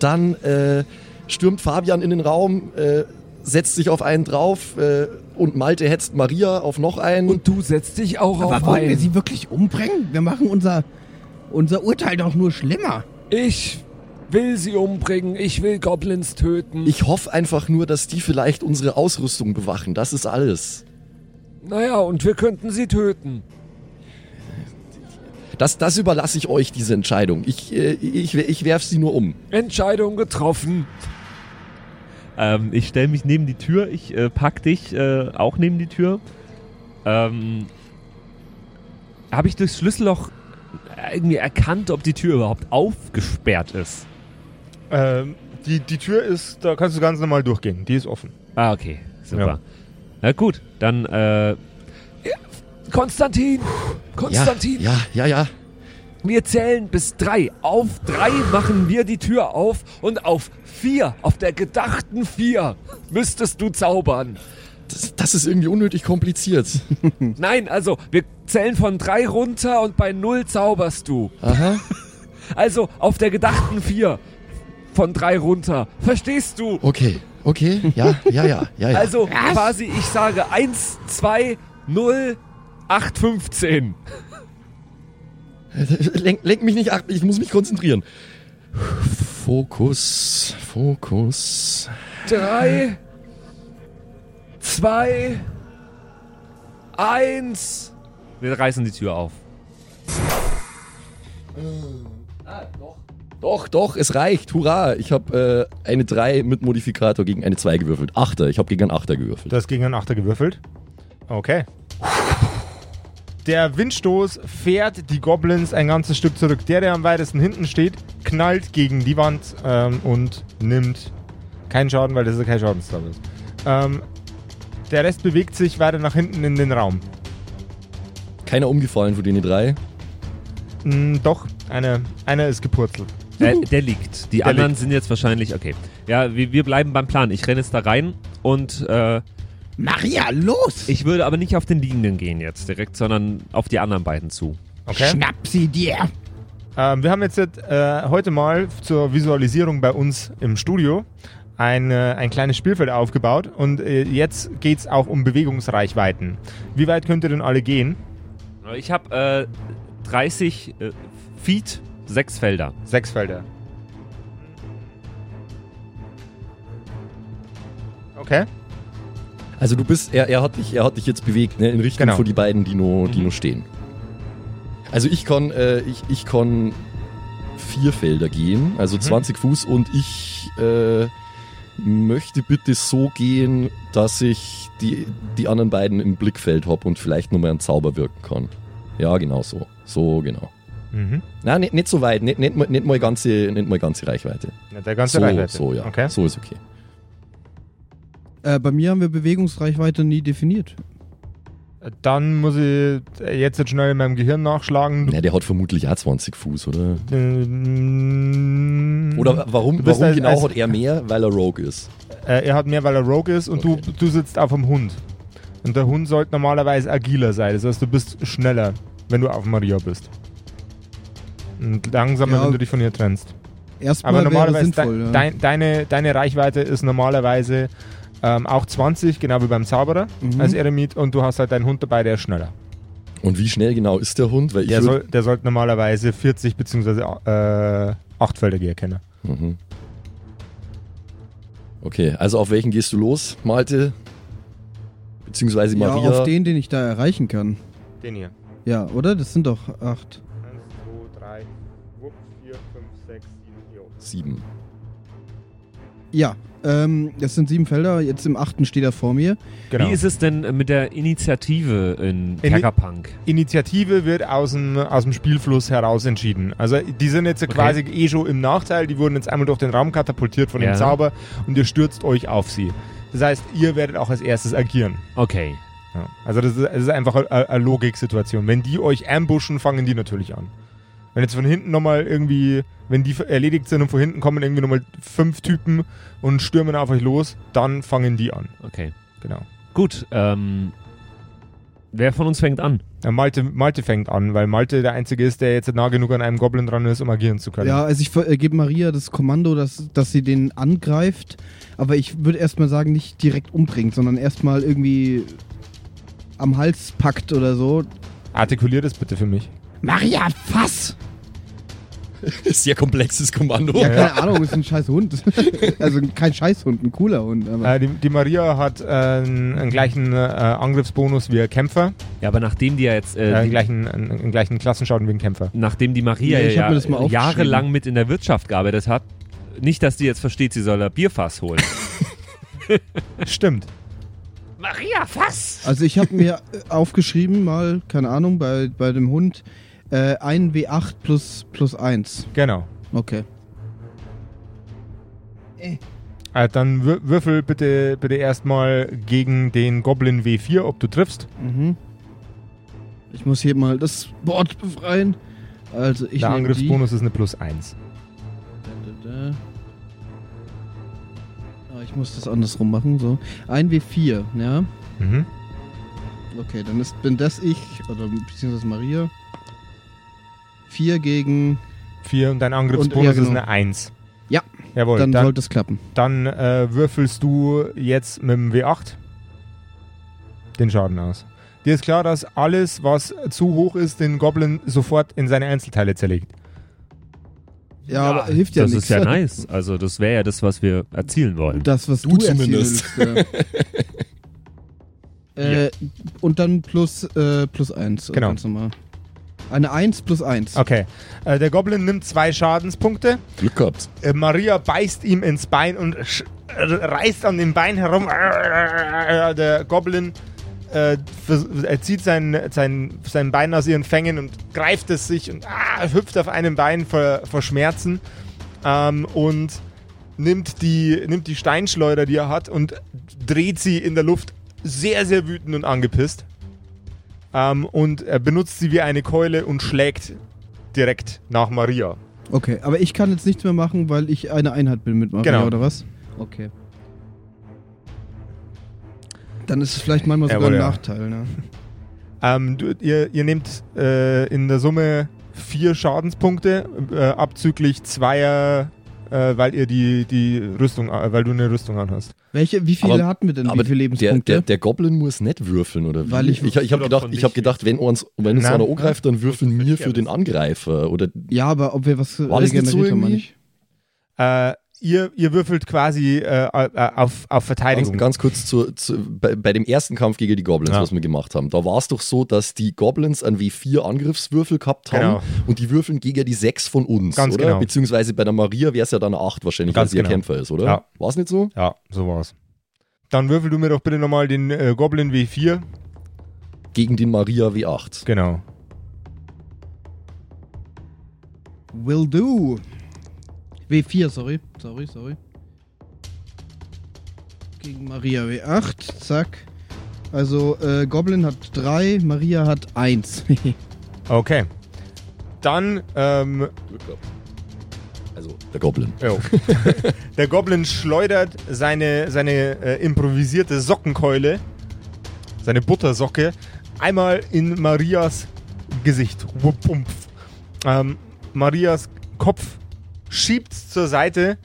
[SPEAKER 4] dann äh, stürmt Fabian in den Raum, äh, setzt sich auf einen drauf äh, und Malte hetzt Maria auf noch einen.
[SPEAKER 2] Und du setzt dich auch
[SPEAKER 3] Aber
[SPEAKER 2] auf
[SPEAKER 3] wollen wir
[SPEAKER 2] ein.
[SPEAKER 3] sie wirklich umbringen? Wir machen unser, unser Urteil doch nur schlimmer.
[SPEAKER 2] Ich will sie umbringen. Ich will Goblins töten.
[SPEAKER 4] Ich hoffe einfach nur, dass die vielleicht unsere Ausrüstung bewachen. Das ist alles.
[SPEAKER 2] naja, und wir könnten sie töten.
[SPEAKER 4] Das, das überlasse ich euch, diese Entscheidung. Ich, äh, ich, ich werf sie nur um.
[SPEAKER 2] Entscheidung getroffen.
[SPEAKER 6] Ähm, ich stelle mich neben die Tür, ich äh, pack dich äh, auch neben die Tür. Ähm, Habe ich durchs Schlüsselloch irgendwie erkannt, ob die Tür überhaupt aufgesperrt ist?
[SPEAKER 1] Ähm, die, die Tür ist, da kannst du ganz normal durchgehen. Die ist offen.
[SPEAKER 6] Ah, okay, super. Na gut, dann äh,
[SPEAKER 2] Konstantin! Konstantin!
[SPEAKER 4] Ja, ja, ja.
[SPEAKER 2] Wir zählen bis drei. Auf drei machen wir die Tür auf und auf vier, auf der gedachten vier, müsstest du zaubern.
[SPEAKER 4] Das, das ist irgendwie unnötig kompliziert.
[SPEAKER 2] Nein, also wir zählen von drei runter und bei null zauberst du.
[SPEAKER 4] Aha.
[SPEAKER 2] Also auf der gedachten vier von drei runter. Verstehst du?
[SPEAKER 4] Okay, okay. Ja, ja, ja, ja, ja.
[SPEAKER 2] Also quasi, ich sage eins, zwei, null, acht, fünfzehn.
[SPEAKER 4] [laughs] Lenk, lenk mich nicht ab, ich muss mich konzentrieren. Fokus, Fokus.
[SPEAKER 2] Drei, zwei, eins.
[SPEAKER 6] wir reißen die Tür auf.
[SPEAKER 4] Doch, doch, es reicht. Hurra. Ich habe äh, eine 3 mit Modifikator gegen eine 2 gewürfelt. Achter, ich habe gegen einen Achter gewürfelt.
[SPEAKER 1] Du hast gegen einen Achter gewürfelt. Okay. Der Windstoß fährt die Goblins ein ganzes Stück zurück. Der, der am weitesten hinten steht, knallt gegen die Wand ähm, und nimmt keinen Schaden, weil das ja kein Schadensstab ist. Ähm, der Rest bewegt sich weiter nach hinten in den Raum.
[SPEAKER 4] Keiner umgefallen von denen drei.
[SPEAKER 1] Mm, doch, einer eine ist gepurzelt.
[SPEAKER 6] Der, der liegt. Die anderen sind jetzt wahrscheinlich, okay. Ja, wir, wir bleiben beim Plan. Ich renne jetzt da rein und äh,
[SPEAKER 3] Maria, los!
[SPEAKER 6] ich würde aber nicht auf den Liegenden gehen jetzt direkt, sondern auf die anderen beiden zu.
[SPEAKER 1] Okay.
[SPEAKER 3] Schnapp sie dir!
[SPEAKER 1] Ähm, wir haben jetzt äh, heute mal zur Visualisierung bei uns im Studio ein, äh, ein kleines Spielfeld aufgebaut und äh, jetzt geht es auch um Bewegungsreichweiten. Wie weit könnt ihr denn alle gehen?
[SPEAKER 6] Ich habe äh, 30 äh, Feet, sechs Felder.
[SPEAKER 1] Sechs Felder. Okay.
[SPEAKER 4] Also du bist, er, er, hat, dich, er hat dich jetzt bewegt, ne? In Richtung
[SPEAKER 1] Genau.
[SPEAKER 4] von die beiden, die nur, die nur stehen. Also ich kann, äh, ich, ich kann vier Felder gehen,
[SPEAKER 1] Mhm.
[SPEAKER 4] also 20 Fuß und ich äh, möchte bitte so gehen, dass ich die, die anderen beiden im Blickfeld habe und vielleicht nochmal einen Zauber wirken kann. Ja, genau so. So genau.
[SPEAKER 1] Mhm.
[SPEAKER 4] Nein, nicht, nicht so weit, ne, nicht, nicht, mal- nicht, mal, ganze, nicht mal ganze Reichweite.
[SPEAKER 1] Ja, Der ganze
[SPEAKER 4] so,
[SPEAKER 1] Reichweite.
[SPEAKER 4] so, ja.
[SPEAKER 1] Okay.
[SPEAKER 4] So ist okay.
[SPEAKER 12] Äh, bei mir haben wir Bewegungsreichweite nie definiert.
[SPEAKER 1] Dann muss ich jetzt, jetzt schnell in meinem Gehirn nachschlagen.
[SPEAKER 4] Na, der hat vermutlich auch 20 Fuß, oder?
[SPEAKER 1] Ähm,
[SPEAKER 4] Oder
[SPEAKER 12] Mhm.
[SPEAKER 4] warum,
[SPEAKER 1] Du bist
[SPEAKER 4] warum
[SPEAKER 1] als-
[SPEAKER 4] genau
[SPEAKER 1] als-
[SPEAKER 4] hat er mehr? Weil er Rogue ist.
[SPEAKER 1] Äh, er hat mehr, weil er Rogue ist und
[SPEAKER 4] Okay.
[SPEAKER 1] du, du sitzt auf dem Hund. Und der Hund sollte normalerweise agiler sein. Das heißt, du bist schneller, wenn du auf Maria bist. Und langsamer,
[SPEAKER 12] Ja.
[SPEAKER 1] wenn du dich von ihr trennst.
[SPEAKER 12] Erstmal
[SPEAKER 1] Aber
[SPEAKER 12] wäre
[SPEAKER 1] normalerweise,
[SPEAKER 12] sinnvoll.
[SPEAKER 1] de
[SPEAKER 12] ja.
[SPEAKER 1] dein, deine, deine Reichweite ist normalerweise ähm, auch 20, genau wie beim Zauberer als Eremit. Und du hast halt deinen Hund dabei, der ist schneller.
[SPEAKER 4] Und wie schnell genau ist der Hund? Weil ich
[SPEAKER 1] Der,
[SPEAKER 4] würd-
[SPEAKER 1] soll, der sollte normalerweise 40 bzw. Äh, 8 Felder gehen können.
[SPEAKER 4] Mhm. Okay, also auf welchen gehst du los, Malte? Beziehungsweise
[SPEAKER 12] ja,
[SPEAKER 4] Maria?
[SPEAKER 12] auf den, den ich da erreichen kann.
[SPEAKER 1] Den hier.
[SPEAKER 12] Ja, oder? Das sind doch acht.
[SPEAKER 1] 1, 2, 3, 4, 5, 6, 7,
[SPEAKER 4] Sieben. [laughs]
[SPEAKER 12] Ja, ähm, das sind sieben Felder. Jetzt im achten steht er vor mir.
[SPEAKER 1] Genau.
[SPEAKER 6] Wie ist es denn mit der Initiative in
[SPEAKER 1] Ini-
[SPEAKER 6] Kerkerpunk?
[SPEAKER 1] Initiative wird aus dem, aus dem Spielfluss heraus entschieden. Also die sind jetzt quasi eh schon im Nachteil, die wurden jetzt einmal durch den Raum katapultiert von
[SPEAKER 6] Ja.
[SPEAKER 1] dem Zauber und ihr stürzt euch auf sie. Das heißt, ihr werdet auch als erstes agieren.
[SPEAKER 6] Okay.
[SPEAKER 1] Ja. Also das ist, das ist einfach eine, eine Logiksituation. Wenn die euch ambushen, fangen die natürlich an. Wenn jetzt von hinten nochmal irgendwie, wenn die erledigt sind und von hinten kommen irgendwie nochmal fünf Typen und stürmen auf euch los, dann fangen die an.
[SPEAKER 6] Okay.
[SPEAKER 1] Genau.
[SPEAKER 6] Gut, ähm, wer von uns fängt an?
[SPEAKER 1] Ja, Malte, Malte fängt an, weil Malte der Einzige ist, der jetzt nah genug an einem Goblin dran ist, um agieren zu können.
[SPEAKER 12] Ja, also ich ver- äh, gebe Maria das Kommando, dass, dass sie den angreift. Aber ich würde erstmal sagen, nicht direkt umbringt, sondern erstmal irgendwie am Hals packt oder so.
[SPEAKER 1] Artikulier das bitte für mich.
[SPEAKER 3] Maria, fass!
[SPEAKER 4] Sehr komplexes Kommando.
[SPEAKER 12] Ja, keine Ahnung, ist ein scheiß Hund. [laughs] Also kein scheiß Hund, ein cooler Hund. Aber
[SPEAKER 1] Äh, die, die Maria hat äh, einen einen gleichen äh, Angriffsbonus wie ein Kämpfer,
[SPEAKER 6] Ja, aber nachdem die ja jetzt,
[SPEAKER 1] äh,
[SPEAKER 6] äh,
[SPEAKER 1] einen
[SPEAKER 6] die,
[SPEAKER 1] gleichen, einen, einen gleichen Klassenschaden wie ein Kämpfer.
[SPEAKER 6] nachdem die Maria
[SPEAKER 12] Ja, ich hab
[SPEAKER 6] ja
[SPEAKER 12] mir das mal aufgeschrieben.
[SPEAKER 6] jahrelang mit in der Wirtschaft gearbeitet hat, nicht, dass die jetzt versteht, sie soll ein Bierfass holen.
[SPEAKER 1] Stimmt.
[SPEAKER 13] Maria, fass!
[SPEAKER 12] also ich habe mir äh, aufgeschrieben, mal, keine Ahnung, bei, bei dem Hund, äh, ein W8 plus, plus 1.
[SPEAKER 1] Genau.
[SPEAKER 12] Okay.
[SPEAKER 1] Äh, dann wür würfel bitte, bitte erstmal gegen den Goblin W4, ob du triffst.
[SPEAKER 12] Mhm. Ich muss hier mal das Board befreien. Also ich
[SPEAKER 1] Der
[SPEAKER 12] nehm die.
[SPEAKER 1] Angriffsbonus ist eine plus 1.
[SPEAKER 12] Ah, Ich muss das andersrum machen, so. Ein W4, ja.
[SPEAKER 1] Mhm.
[SPEAKER 12] Okay, dann ist, bin das ich, oder beziehungsweise Maria. 4 gegen.
[SPEAKER 1] 4 und dein Angriffsbonus
[SPEAKER 12] Und- ja, genau.
[SPEAKER 1] ist eine 1.
[SPEAKER 12] Ja.
[SPEAKER 1] Jawohl, dann,
[SPEAKER 12] Dann
[SPEAKER 1] dann,
[SPEAKER 12] sollte es klappen.
[SPEAKER 1] äh, würfelst du jetzt mit dem W8 den Schaden aus. Dir ist klar, dass alles, was zu hoch ist, den Goblin sofort in seine Einzelteile zerlegt.
[SPEAKER 12] Ja, aber hilft ja
[SPEAKER 6] das
[SPEAKER 12] nichts.
[SPEAKER 6] ist
[SPEAKER 12] [laughs]
[SPEAKER 6] ja nice. Also das wäre ja das, was wir erzielen wollen.
[SPEAKER 12] Das, was du,
[SPEAKER 4] Du
[SPEAKER 12] erzielen
[SPEAKER 4] zumindest.
[SPEAKER 12] willst,
[SPEAKER 4] [laughs]
[SPEAKER 12] ja. äh, Und dann plus, äh, plus 1.
[SPEAKER 1] Genau.
[SPEAKER 12] Ganz normal. Eine 1 plus 1.
[SPEAKER 1] Okay. Äh, der Goblin nimmt zwei Schadenspunkte.
[SPEAKER 4] Glück gehabt.
[SPEAKER 1] Äh, Maria beißt ihm ins Bein und sch- äh, reißt an dem Bein herum. Der Goblin äh, vers- er zieht sein, sein, sein Bein aus ihren Fängen und greift es sich und ah, hüpft auf einem Bein vor, vor Schmerzen ähm, und nimmt die, nimmt die Steinschleuder, die er hat, und dreht sie in der Luft sehr, sehr wütend und angepisst. Ähm, und er benutzt sie wie eine Keule und schlägt direkt nach Maria.
[SPEAKER 12] Okay, aber ich kann jetzt nichts mehr machen, weil ich eine Einheit bin mit Maria,
[SPEAKER 1] Genau.
[SPEAKER 12] oder was? Okay. Dann ist es vielleicht manchmal sogar
[SPEAKER 1] Jawohl,
[SPEAKER 12] ein
[SPEAKER 1] ja.
[SPEAKER 12] Nachteil, ne?
[SPEAKER 1] Ähm, du, ihr, ihr nehmt äh, in der Summe vier Schadenspunkte, äh, abzüglich zweier, äh, weil ihr die, die Rüstung, äh, weil du eine Rüstung anhast.
[SPEAKER 12] Welche, wie viele
[SPEAKER 4] Aber-
[SPEAKER 12] hatten wir denn?
[SPEAKER 4] Aber
[SPEAKER 12] wie viele
[SPEAKER 4] der,
[SPEAKER 12] Lebenspunkte?
[SPEAKER 4] der, der Goblin muss nicht würfeln, oder wie?
[SPEAKER 12] Weil ich-
[SPEAKER 4] ich, ich habe gedacht, ich hab gedacht, wenn uns, wenn uns
[SPEAKER 1] Nein.
[SPEAKER 4] einer angreift, dann würfeln wir für den Angreifer. Oder
[SPEAKER 12] ja, aber ob wir was
[SPEAKER 4] War das nicht so
[SPEAKER 12] regeneriert haben,
[SPEAKER 4] irgendwie?
[SPEAKER 12] nicht?
[SPEAKER 1] Äh, ihr, ihr würfelt quasi äh, äh, auf, auf
[SPEAKER 4] ganz,
[SPEAKER 1] Verteidigung.
[SPEAKER 4] ganz kurz zu, zu, bei, bei dem ersten Kampf gegen die Goblins,
[SPEAKER 1] Also- Ja.
[SPEAKER 4] was wir gemacht haben. Da war es doch so, dass die Goblins an W4 Angriffswürfel gehabt haben
[SPEAKER 1] Genau.
[SPEAKER 4] und die würfeln gegen die sechs von uns,
[SPEAKER 1] Ganz
[SPEAKER 4] oder?
[SPEAKER 1] genau.
[SPEAKER 4] Beziehungsweise bei der Maria wäre es ja dann eine 8 wahrscheinlich, weil
[SPEAKER 1] Ganz
[SPEAKER 4] sie ja
[SPEAKER 1] genau.
[SPEAKER 4] Kämpfer ist, oder?
[SPEAKER 1] Ja.
[SPEAKER 4] War es nicht so?
[SPEAKER 1] Ja, so war's. Dann würfel du mir doch bitte nochmal den äh, Goblin W4.
[SPEAKER 4] Gegen den Maria W8.
[SPEAKER 1] Genau.
[SPEAKER 12] Will do. W4, sorry. Sorry, sorry. Gegen Maria W8, zack. Also äh, Goblin hat 3, Maria hat [laughs] 1.
[SPEAKER 1] Okay. Dann ähm,
[SPEAKER 4] Also der Goblin.
[SPEAKER 1] Jo. [laughs] Der Goblin schleudert seine, seine äh, improvisierte Sockenkeule, seine Buttersocke, einmal in Marias Gesicht. Wupp, wumpf. Ähm, Marias Kopf schiebt zur Seite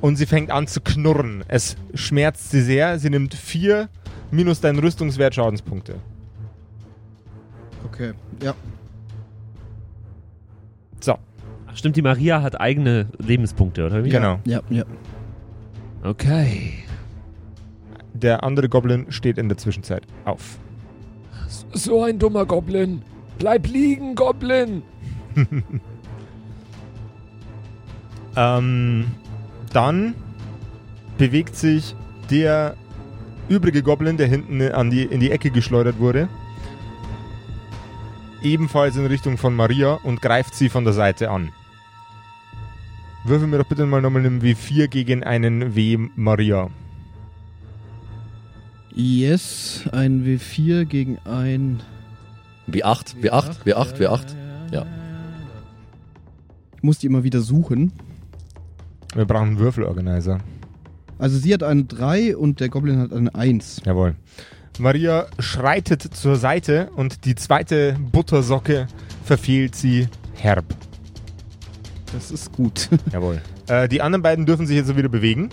[SPEAKER 1] und sie fängt an zu knurren. Es schmerzt sie sehr. Sie nimmt vier minus deinen Rüstungswert Schadenspunkte.
[SPEAKER 12] okay, ja.
[SPEAKER 6] Ach stimmt, die Maria hat eigene Lebenspunkte, oder wie?
[SPEAKER 1] Genau.
[SPEAKER 12] Ja, ja.
[SPEAKER 6] Okay.
[SPEAKER 1] Der andere Goblin steht in der Zwischenzeit auf.
[SPEAKER 2] So ein dummer Goblin. Bleib liegen, Goblin.
[SPEAKER 1] Ähm, dann bewegt sich der übrige Goblin, der hinten an die, in die Ecke geschleudert wurde, ebenfalls in Richtung von Maria und greift sie von der Seite an. Würfel mir doch bitte mal nochmal einen W4 gegen einen W Maria.
[SPEAKER 12] Yes, ein W4 gegen ein
[SPEAKER 4] W8, W8, W8, W8. Ja.
[SPEAKER 12] Ich muss die immer wieder suchen.
[SPEAKER 1] Wir brauchen einen Würfelorganizer.
[SPEAKER 12] Also sie hat eine 3 und der Goblin hat eine 1.
[SPEAKER 1] Jawohl. Maria schreitet zur Seite und die zweite Buttersocke verfehlt sie herb.
[SPEAKER 12] Das ist gut. [laughs]
[SPEAKER 1] Jawohl. Äh, die anderen beiden dürfen sich jetzt wieder bewegen.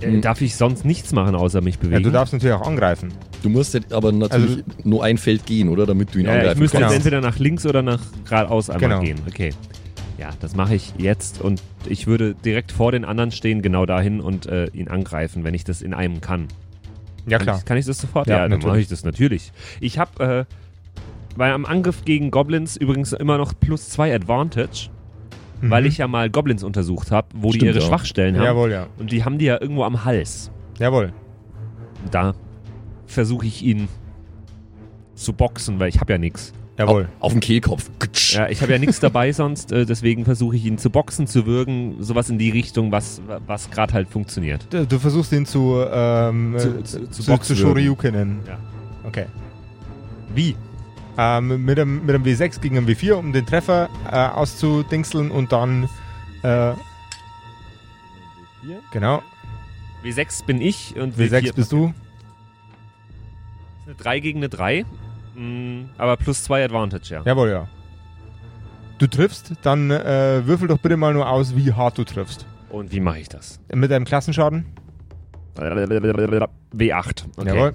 [SPEAKER 12] Hm.
[SPEAKER 6] Äh, darf ich sonst nichts machen, außer mich
[SPEAKER 1] Ja,
[SPEAKER 6] bewegen?
[SPEAKER 1] du darfst natürlich auch angreifen.
[SPEAKER 4] Du musst jetzt aber natürlich
[SPEAKER 1] Also-
[SPEAKER 4] nur ein Feld gehen, oder? Damit du ihn
[SPEAKER 6] Ja, ich
[SPEAKER 4] angreifen
[SPEAKER 6] müsste
[SPEAKER 4] kannst.
[SPEAKER 6] jetzt
[SPEAKER 1] Genau.
[SPEAKER 6] entweder nach links oder nach geradeaus einmal
[SPEAKER 1] Genau.
[SPEAKER 6] gehen. Okay. Ja, das mache ich jetzt und ich würde direkt vor den anderen stehen, genau dahin und äh, ihn angreifen, wenn ich das in einem kann.
[SPEAKER 1] Ja,
[SPEAKER 6] Kann
[SPEAKER 1] klar.
[SPEAKER 6] ich, kann ich das sofort?
[SPEAKER 1] Ja,
[SPEAKER 6] Ja, dann mache
[SPEAKER 1] natürlich.
[SPEAKER 6] ich das natürlich. Ich habe äh, bei am Angriff gegen Goblins übrigens immer noch plus zwei Advantage, weil ich ja mal Goblins untersucht habe, wo die
[SPEAKER 4] Stimmt
[SPEAKER 6] ihre
[SPEAKER 4] auch.
[SPEAKER 6] Schwachstellen haben.
[SPEAKER 1] Mhm. Jawohl, ja.
[SPEAKER 6] Und die haben die ja irgendwo am Hals.
[SPEAKER 1] Jawohl.
[SPEAKER 6] Da versuche ich ihn zu boxen, weil ich habe ja nichts.
[SPEAKER 1] Jawohl.
[SPEAKER 4] Auf den Kehlkopf. Ktsch.
[SPEAKER 6] Ja, ich habe ja nichts dabei sonst, äh, deswegen versuche ich ihn zu boxen, zu würgen, sowas in die Richtung, was, was gerade halt funktioniert.
[SPEAKER 1] Du, du versuchst ihn zu, ähm,
[SPEAKER 6] Zu-
[SPEAKER 1] äh,
[SPEAKER 6] zu- zu
[SPEAKER 1] zu, zu
[SPEAKER 6] Boxwürgen.
[SPEAKER 1] Shoryukenen.
[SPEAKER 6] Ja.
[SPEAKER 1] Okay.
[SPEAKER 6] Wie?
[SPEAKER 1] Ähm, mit, einem, mit einem W6 gegen einen W4, um den Treffer äh, auszudingseln und dann. Äh, genau.
[SPEAKER 6] W6 bin ich und
[SPEAKER 1] W6
[SPEAKER 6] W4
[SPEAKER 1] bist du.
[SPEAKER 6] ist eine 3 gegen eine 3, mm, aber plus 2 Advantage, ja.
[SPEAKER 1] Jawohl, ja. Du triffst, dann äh, würfel doch bitte mal nur aus, wie hart du triffst.
[SPEAKER 6] Und wie mache ich das?
[SPEAKER 1] Mit deinem Klassenschaden.
[SPEAKER 6] W8. Okay.
[SPEAKER 1] Jawohl.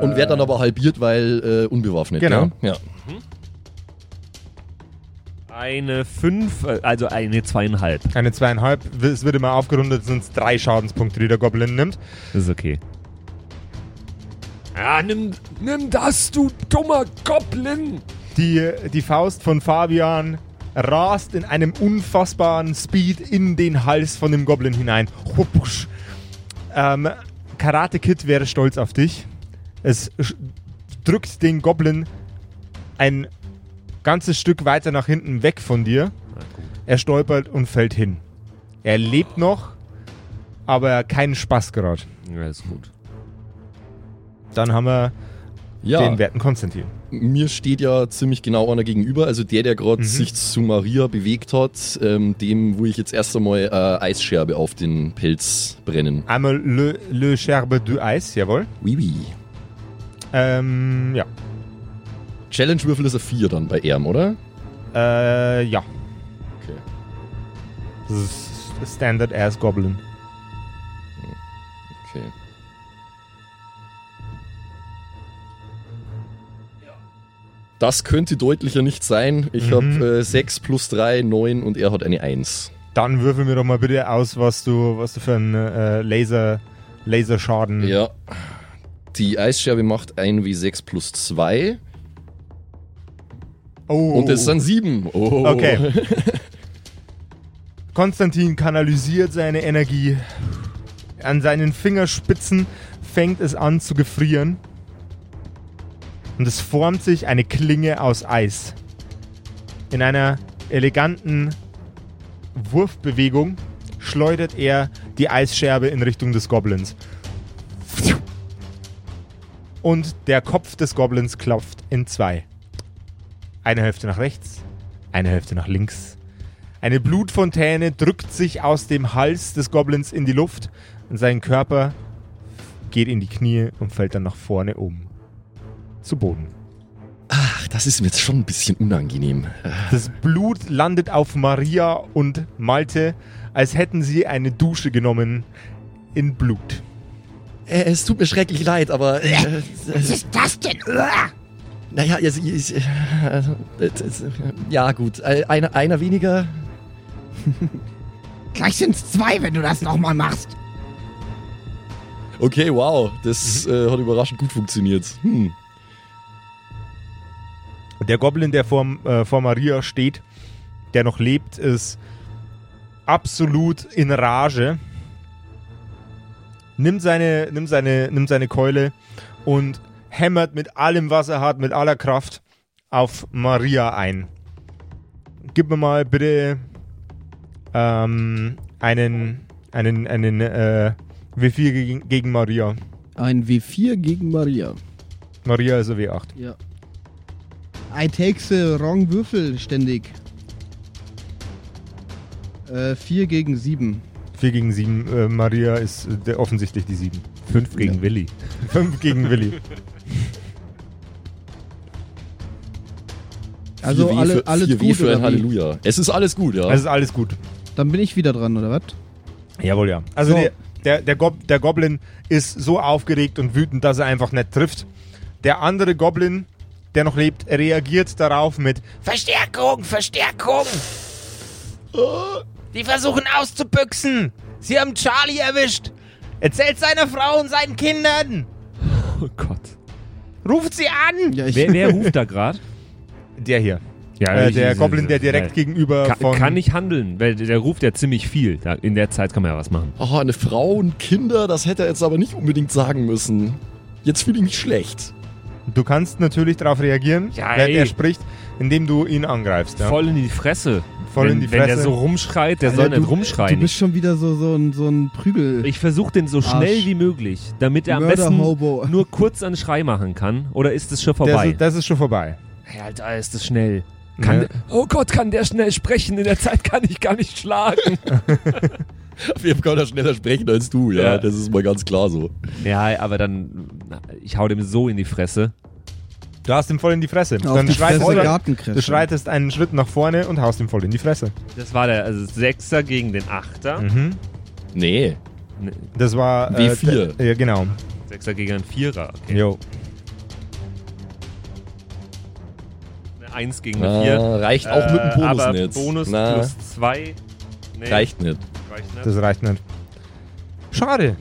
[SPEAKER 4] Und werd dann aber halbiert, weil äh, unbewaffnet.
[SPEAKER 1] Genau.
[SPEAKER 4] Ne? Ja.
[SPEAKER 6] Eine 5, äh, also eine zweieinhalb.
[SPEAKER 1] Eine zweieinhalb. Es wird immer aufgerundet, sind es drei Schadenspunkte, die der Goblin nimmt.
[SPEAKER 6] Das ist okay.
[SPEAKER 2] Ja, nimm, nimm das, du dummer Goblin!
[SPEAKER 1] Die, die Faust von Fabian rast in einem unfassbaren Speed in den Hals von dem Goblin hinein. Hupsch. Ähm, Karate Kid wäre stolz auf dich. Es sch- drückt den Goblin ein ganzes Stück weiter nach hinten weg von dir. Er stolpert und fällt hin. Er lebt noch, aber keinen Spaß gerade.
[SPEAKER 6] Ja, ist gut.
[SPEAKER 1] Dann haben wir
[SPEAKER 4] Ja.
[SPEAKER 1] den werten Konstantin.
[SPEAKER 4] mir steht ja ziemlich genau einer gegenüber, also der, der gerade sich zu Maria bewegt hat, ähm, dem, wo ich jetzt erst einmal äh, Eisscherbe auf den Pelz brennen.
[SPEAKER 1] Einmal Le, Le Scherbe du Eis, jawohl.
[SPEAKER 4] Oui, oui.
[SPEAKER 1] Ähm, ja.
[SPEAKER 4] Challenge-Würfel ist ein 4 dann bei Erm, oder?
[SPEAKER 1] Äh, ja.
[SPEAKER 4] Okay.
[SPEAKER 1] Das ist Standard Ass Goblin.
[SPEAKER 4] Okay. Das könnte deutlicher nicht sein. Ich habe äh, 6 plus 3, 9 und er hat eine 1.
[SPEAKER 1] Dann würfel mir doch mal bitte aus, was du, was du für einen äh, Laser, Laserschaden.
[SPEAKER 4] Ja. Die Eisscherbe macht 1 wie 6 plus 2
[SPEAKER 1] Oh,
[SPEAKER 4] und das sind 7. Oh.
[SPEAKER 1] Okay. [laughs] Konstantin kanalisiert seine Energie. An seinen Fingerspitzen fängt es an zu gefrieren. Und es formt sich eine Klinge aus Eis. In einer eleganten Wurfbewegung schleudert er die Eisscherbe in Richtung des Goblins. Und der Kopf des Goblins klopft in zwei. Eine Hälfte nach rechts, eine Hälfte nach links. Eine Blutfontäne drückt sich aus dem Hals des Goblins in die Luft und sein Körper geht in die Knie und fällt dann nach vorne um. Zu Boden.
[SPEAKER 4] Ach, das ist mir jetzt schon ein bisschen unangenehm.
[SPEAKER 1] Das Blut landet auf Maria und Malte, als hätten sie eine Dusche genommen in Blut.
[SPEAKER 4] Äh, es tut mir schrecklich leid, aber. Äh,
[SPEAKER 3] Was ist das denn? Uah!
[SPEAKER 4] naja, also, ich, äh, das- ja, gut. äh, Einer, einer weniger.
[SPEAKER 3] Gleich sind's zwei, wenn du das nochmal machst.
[SPEAKER 4] Okay, wow. Das äh, hat überraschend gut funktioniert. Hm.
[SPEAKER 1] Und der Goblin, der vor, äh, vor Maria steht, der noch lebt, ist absolut in Rage. Nimmt seine, nimmt seine, nimmt seine Keule und hämmert mit allem, was er hat, mit aller Kraft auf Maria ein. Gib mir mal bitte ähm, einen, einen, einen äh, W4 gegen, gegen Maria.
[SPEAKER 12] Ein W4 gegen Maria.
[SPEAKER 1] Maria ist ein W8.
[SPEAKER 12] Ja. I take the wrong Würfel ständig. Äh, 4 gegen 7.
[SPEAKER 1] 4 gegen 7. Äh, Maria ist äh, der, offensichtlich die 7.
[SPEAKER 6] 5 gegen
[SPEAKER 1] [laughs]
[SPEAKER 6] Willi.
[SPEAKER 1] 5 gegen Willi.
[SPEAKER 12] Also
[SPEAKER 4] Vier W
[SPEAKER 12] alle,
[SPEAKER 4] für,
[SPEAKER 12] alles
[SPEAKER 4] vier W
[SPEAKER 12] gut
[SPEAKER 4] für ein
[SPEAKER 12] oder wie?
[SPEAKER 4] Halleluja. Es ist alles gut, ja.
[SPEAKER 1] Es ist alles gut.
[SPEAKER 12] Dann bin ich wieder dran, oder was?
[SPEAKER 1] Jawohl, ja. Also
[SPEAKER 12] So.
[SPEAKER 1] der, der, der, Gob, der Goblin ist so aufgeregt und wütend, dass er einfach nicht trifft. Der andere Goblin, der noch lebt, reagiert darauf mit
[SPEAKER 13] Verstärkung, Verstärkung! Die versuchen auszubüchsen. Sie haben Charlie erwischt. Erzählt seiner Frau und seinen Kindern.
[SPEAKER 6] Oh Gott.
[SPEAKER 13] Ruft sie an.
[SPEAKER 12] Ja, ich,
[SPEAKER 6] Wer, wer ruft da gerade?
[SPEAKER 1] Der hier.
[SPEAKER 6] Ja,
[SPEAKER 1] Äh,
[SPEAKER 6] ich-
[SPEAKER 1] der
[SPEAKER 6] ich-
[SPEAKER 1] Goblin, der direkt
[SPEAKER 6] Nein.
[SPEAKER 1] gegenüber
[SPEAKER 6] Äh, Ka-
[SPEAKER 1] von.
[SPEAKER 6] Kann ich handeln, weil der ruft ja ziemlich viel. Da, in der Zeit kann man ja was machen.
[SPEAKER 4] Oh, eine Frau und Kinder, das hätte er jetzt aber nicht unbedingt sagen müssen. Jetzt fühle ich mich schlecht.
[SPEAKER 1] Du kannst natürlich darauf reagieren,
[SPEAKER 6] Ja,
[SPEAKER 1] wenn
[SPEAKER 6] ey.
[SPEAKER 1] er spricht, indem du ihn angreifst. Ja.
[SPEAKER 6] Voll in die Fresse.
[SPEAKER 1] Voll
[SPEAKER 6] wenn,
[SPEAKER 1] in die
[SPEAKER 6] Wenn der
[SPEAKER 1] Fresse.
[SPEAKER 6] so rumschreit, der soll
[SPEAKER 12] Alter,
[SPEAKER 6] nicht
[SPEAKER 12] du
[SPEAKER 6] rumschreien.
[SPEAKER 12] bist schon wieder so, so, ein, so ein Prügel.
[SPEAKER 6] ich versuche den so schnell
[SPEAKER 12] Arsch.
[SPEAKER 6] wie möglich, damit er am
[SPEAKER 12] Mörder
[SPEAKER 6] besten
[SPEAKER 12] Hobo.
[SPEAKER 6] nur kurz einen Schrei machen kann. Oder ist es schon
[SPEAKER 1] das,
[SPEAKER 6] vorbei?
[SPEAKER 1] ist, das ist schon vorbei.
[SPEAKER 6] hey, Alter, ist das schnell.
[SPEAKER 1] Kann-
[SPEAKER 6] Oh Gott, kann der schnell sprechen? In der Zeit kann ich gar nicht schlagen.
[SPEAKER 4] Wir können ja schneller sprechen als du, ja.
[SPEAKER 6] Ja.
[SPEAKER 4] Das ist mal ganz klar so.
[SPEAKER 6] [laughs] ja, aber dann, na, ich hau dem so in die Fresse.
[SPEAKER 1] Du hast ihm voll in die Fresse.
[SPEAKER 12] auf
[SPEAKER 1] Dann
[SPEAKER 12] die
[SPEAKER 1] schreitest
[SPEAKER 12] Fresse
[SPEAKER 1] du,
[SPEAKER 12] Gartenkresch.
[SPEAKER 1] du schreitest einen Schritt nach vorne und haust ihm voll in die Fresse.
[SPEAKER 6] Das war der also Sechser gegen den Achter.
[SPEAKER 4] Hm.
[SPEAKER 1] Mhm.
[SPEAKER 4] Nee.
[SPEAKER 1] Das war.
[SPEAKER 4] W4.
[SPEAKER 1] der- ja, genau.
[SPEAKER 6] Sechser gegen einen Vierer. Okay.
[SPEAKER 1] Jo.
[SPEAKER 6] Eine Eins gegen eine Vier.
[SPEAKER 4] Ah, reicht auch mit dem
[SPEAKER 6] Äh,
[SPEAKER 4] Bonus
[SPEAKER 6] aber
[SPEAKER 4] nicht.
[SPEAKER 6] Bonus
[SPEAKER 4] Na,
[SPEAKER 6] plus zwei. Nee,
[SPEAKER 4] Reicht nicht.
[SPEAKER 6] reicht ne? nicht.
[SPEAKER 1] Das reicht nicht. Schade.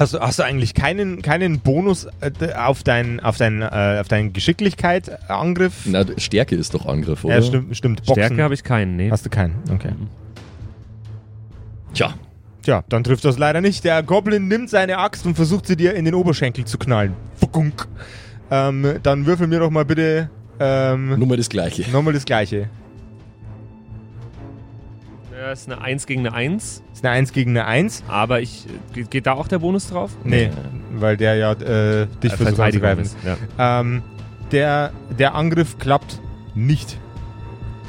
[SPEAKER 1] Hast du, hast du eigentlich keinen, keinen Bonus äh, d- auf deinen auf deinen, äh, auf deinen Geschicklichkeit, äh, Angriff?
[SPEAKER 4] Na, Stärke ist doch Angriff, oder?
[SPEAKER 1] ja, stimmt, stimmt. Boxen.
[SPEAKER 6] Stärke habe ich keinen, nee.
[SPEAKER 1] Hast du keinen? Okay.
[SPEAKER 4] Tja,
[SPEAKER 1] Tja, dann trifft das leider nicht. Der Goblin nimmt seine Axt und versucht sie dir in den Oberschenkel zu knallen. Fuckunk. Ähm, dann würfel mir doch mal bitte ähm,
[SPEAKER 4] Nummer das gleiche.
[SPEAKER 1] nochmal das Gleiche.
[SPEAKER 6] Das ist eine Eins gegen eine Eins.
[SPEAKER 1] Ist eine 1 gegen eine 1?
[SPEAKER 6] Aber ich. Geht, geht da auch der Bonus drauf?
[SPEAKER 1] Nee, weil der ja äh, dich
[SPEAKER 6] Äh,
[SPEAKER 1] versucht
[SPEAKER 6] Verteidigung
[SPEAKER 1] anzugreifen.
[SPEAKER 6] ist, ja.
[SPEAKER 1] Ähm, der, der Angriff klappt nicht.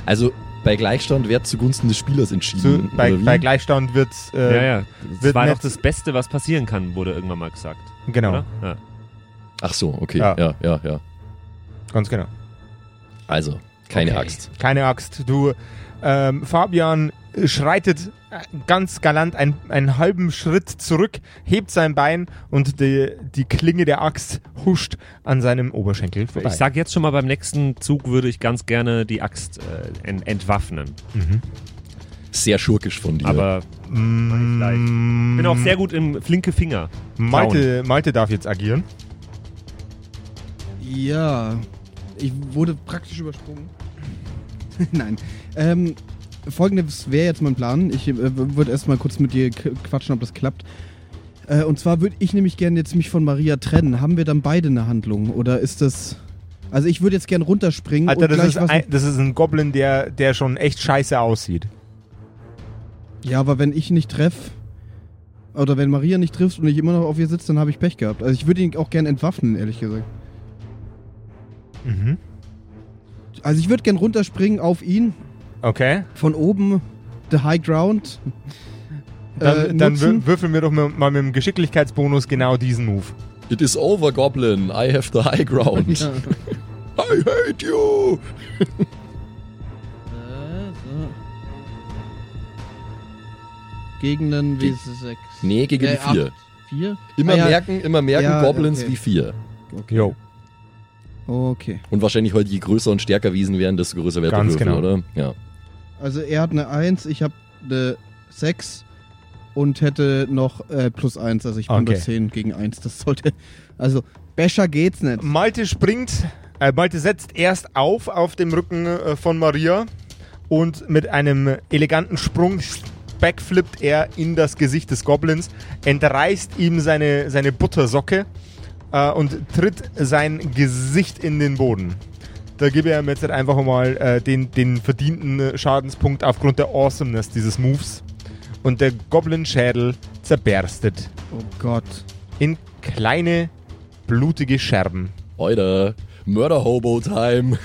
[SPEAKER 4] Also bei Gleichstand wird zugunsten des Spielers
[SPEAKER 1] Zu,
[SPEAKER 4] entschieden.
[SPEAKER 1] bei,
[SPEAKER 4] Hm, oder wie?
[SPEAKER 1] bei Gleichstand wird äh,
[SPEAKER 6] ja, ja. Das
[SPEAKER 1] wird
[SPEAKER 6] war
[SPEAKER 1] nicht-
[SPEAKER 6] doch das Beste, was passieren kann, wurde irgendwann mal gesagt.
[SPEAKER 1] Genau,
[SPEAKER 6] Oder? Ja.
[SPEAKER 4] Ach so, okay.
[SPEAKER 1] Ja.
[SPEAKER 4] Ja, ja, ja.
[SPEAKER 1] ganz genau.
[SPEAKER 4] Also, keine
[SPEAKER 1] Okay.
[SPEAKER 4] Axt.
[SPEAKER 1] Keine Axt. Du, ähm, Fabian schreitet ganz galant einen, einen halben Schritt zurück, hebt sein Bein und die, die Klinge der Axt huscht an seinem Oberschenkel vorbei.
[SPEAKER 6] Ich sag jetzt schon mal, beim nächsten Zug würde ich ganz gerne die Axt äh, ent entwaffnen.
[SPEAKER 4] Sehr schurkisch von dir.
[SPEAKER 6] Aber
[SPEAKER 2] Mm.
[SPEAKER 6] mach ich gleich. Ich bin auch sehr gut im flinke Finger.
[SPEAKER 1] Malte, Malte darf jetzt agieren.
[SPEAKER 12] Ja, ich wurde praktisch übersprungen. [laughs] Nein. Ähm, Folgendes wäre jetzt mein Plan. Ich äh, würde erstmal kurz mit dir k- quatschen, ob das klappt. Äh, und zwar würde ich nämlich gerne jetzt mich von Maria trennen. Haben wir dann beide eine Handlung? Oder ist das... Also ich würde jetzt gerne runterspringen
[SPEAKER 1] Alter,
[SPEAKER 12] und
[SPEAKER 1] das
[SPEAKER 12] gleich
[SPEAKER 1] ist,
[SPEAKER 12] was...
[SPEAKER 1] ein, das ist ein Goblin, der, der schon echt scheiße aussieht.
[SPEAKER 12] Ja, aber wenn ich nicht treff... Oder wenn Maria nicht trifft und ich immer noch auf ihr sitze, dann habe ich Pech gehabt. Also ich würde ihn auch gerne entwaffnen, ehrlich gesagt.
[SPEAKER 1] Mhm.
[SPEAKER 12] Also ich würde gerne runterspringen auf ihn
[SPEAKER 1] Okay,
[SPEAKER 12] von oben the high ground.
[SPEAKER 1] dann,
[SPEAKER 12] äh,
[SPEAKER 1] dann
[SPEAKER 12] nutzen.
[SPEAKER 1] wür- würfeln wir doch mal mal mit dem Geschicklichkeitsbonus genau diesen Move.
[SPEAKER 4] It is over, Goblin. I have the
[SPEAKER 1] [laughs]
[SPEAKER 4] high ground.
[SPEAKER 12] Ja.
[SPEAKER 4] I hate you.
[SPEAKER 12] Gegen den
[SPEAKER 4] Ge-
[SPEAKER 12] W6.
[SPEAKER 4] Nee, gegen
[SPEAKER 12] Äh,
[SPEAKER 4] die 4.
[SPEAKER 12] 4?
[SPEAKER 4] Immer
[SPEAKER 12] Ah, ja.
[SPEAKER 4] merken, immer merken,
[SPEAKER 12] Ja,
[SPEAKER 4] Goblins
[SPEAKER 12] okay.
[SPEAKER 4] wie 4.
[SPEAKER 12] Okay.
[SPEAKER 1] Jo.
[SPEAKER 12] Okay.
[SPEAKER 4] Und wahrscheinlich heute, je größer und stärker Wiesen wären, desto größer wird
[SPEAKER 1] Ganz
[SPEAKER 4] der Würfel,
[SPEAKER 1] genau.
[SPEAKER 4] oder? Ja.
[SPEAKER 12] Also er hat eine 1, ich habe eine 6 und hätte noch äh, plus 1. Also ich bin bei
[SPEAKER 1] Okay.
[SPEAKER 12] 10 gegen 1. Das sollte. Also besser geht's nicht.
[SPEAKER 1] Malte springt, äh, Malte setzt erst auf auf dem Rücken äh, von Maria und mit einem eleganten Sprung backflippt er in das Gesicht des Goblins, entreißt ihm seine, seine Buttersocke äh, und tritt sein Gesicht in den Boden. Da gebe er mir jetzt einfach mal äh, den, den verdienten äh, Schadenspunkt aufgrund der Awesomeness dieses Moves. Und der Goblin-Schädel zerberstet
[SPEAKER 12] Oh Gott.
[SPEAKER 1] in kleine, blutige Scherben.
[SPEAKER 4] Heute. Murder Hobo Time.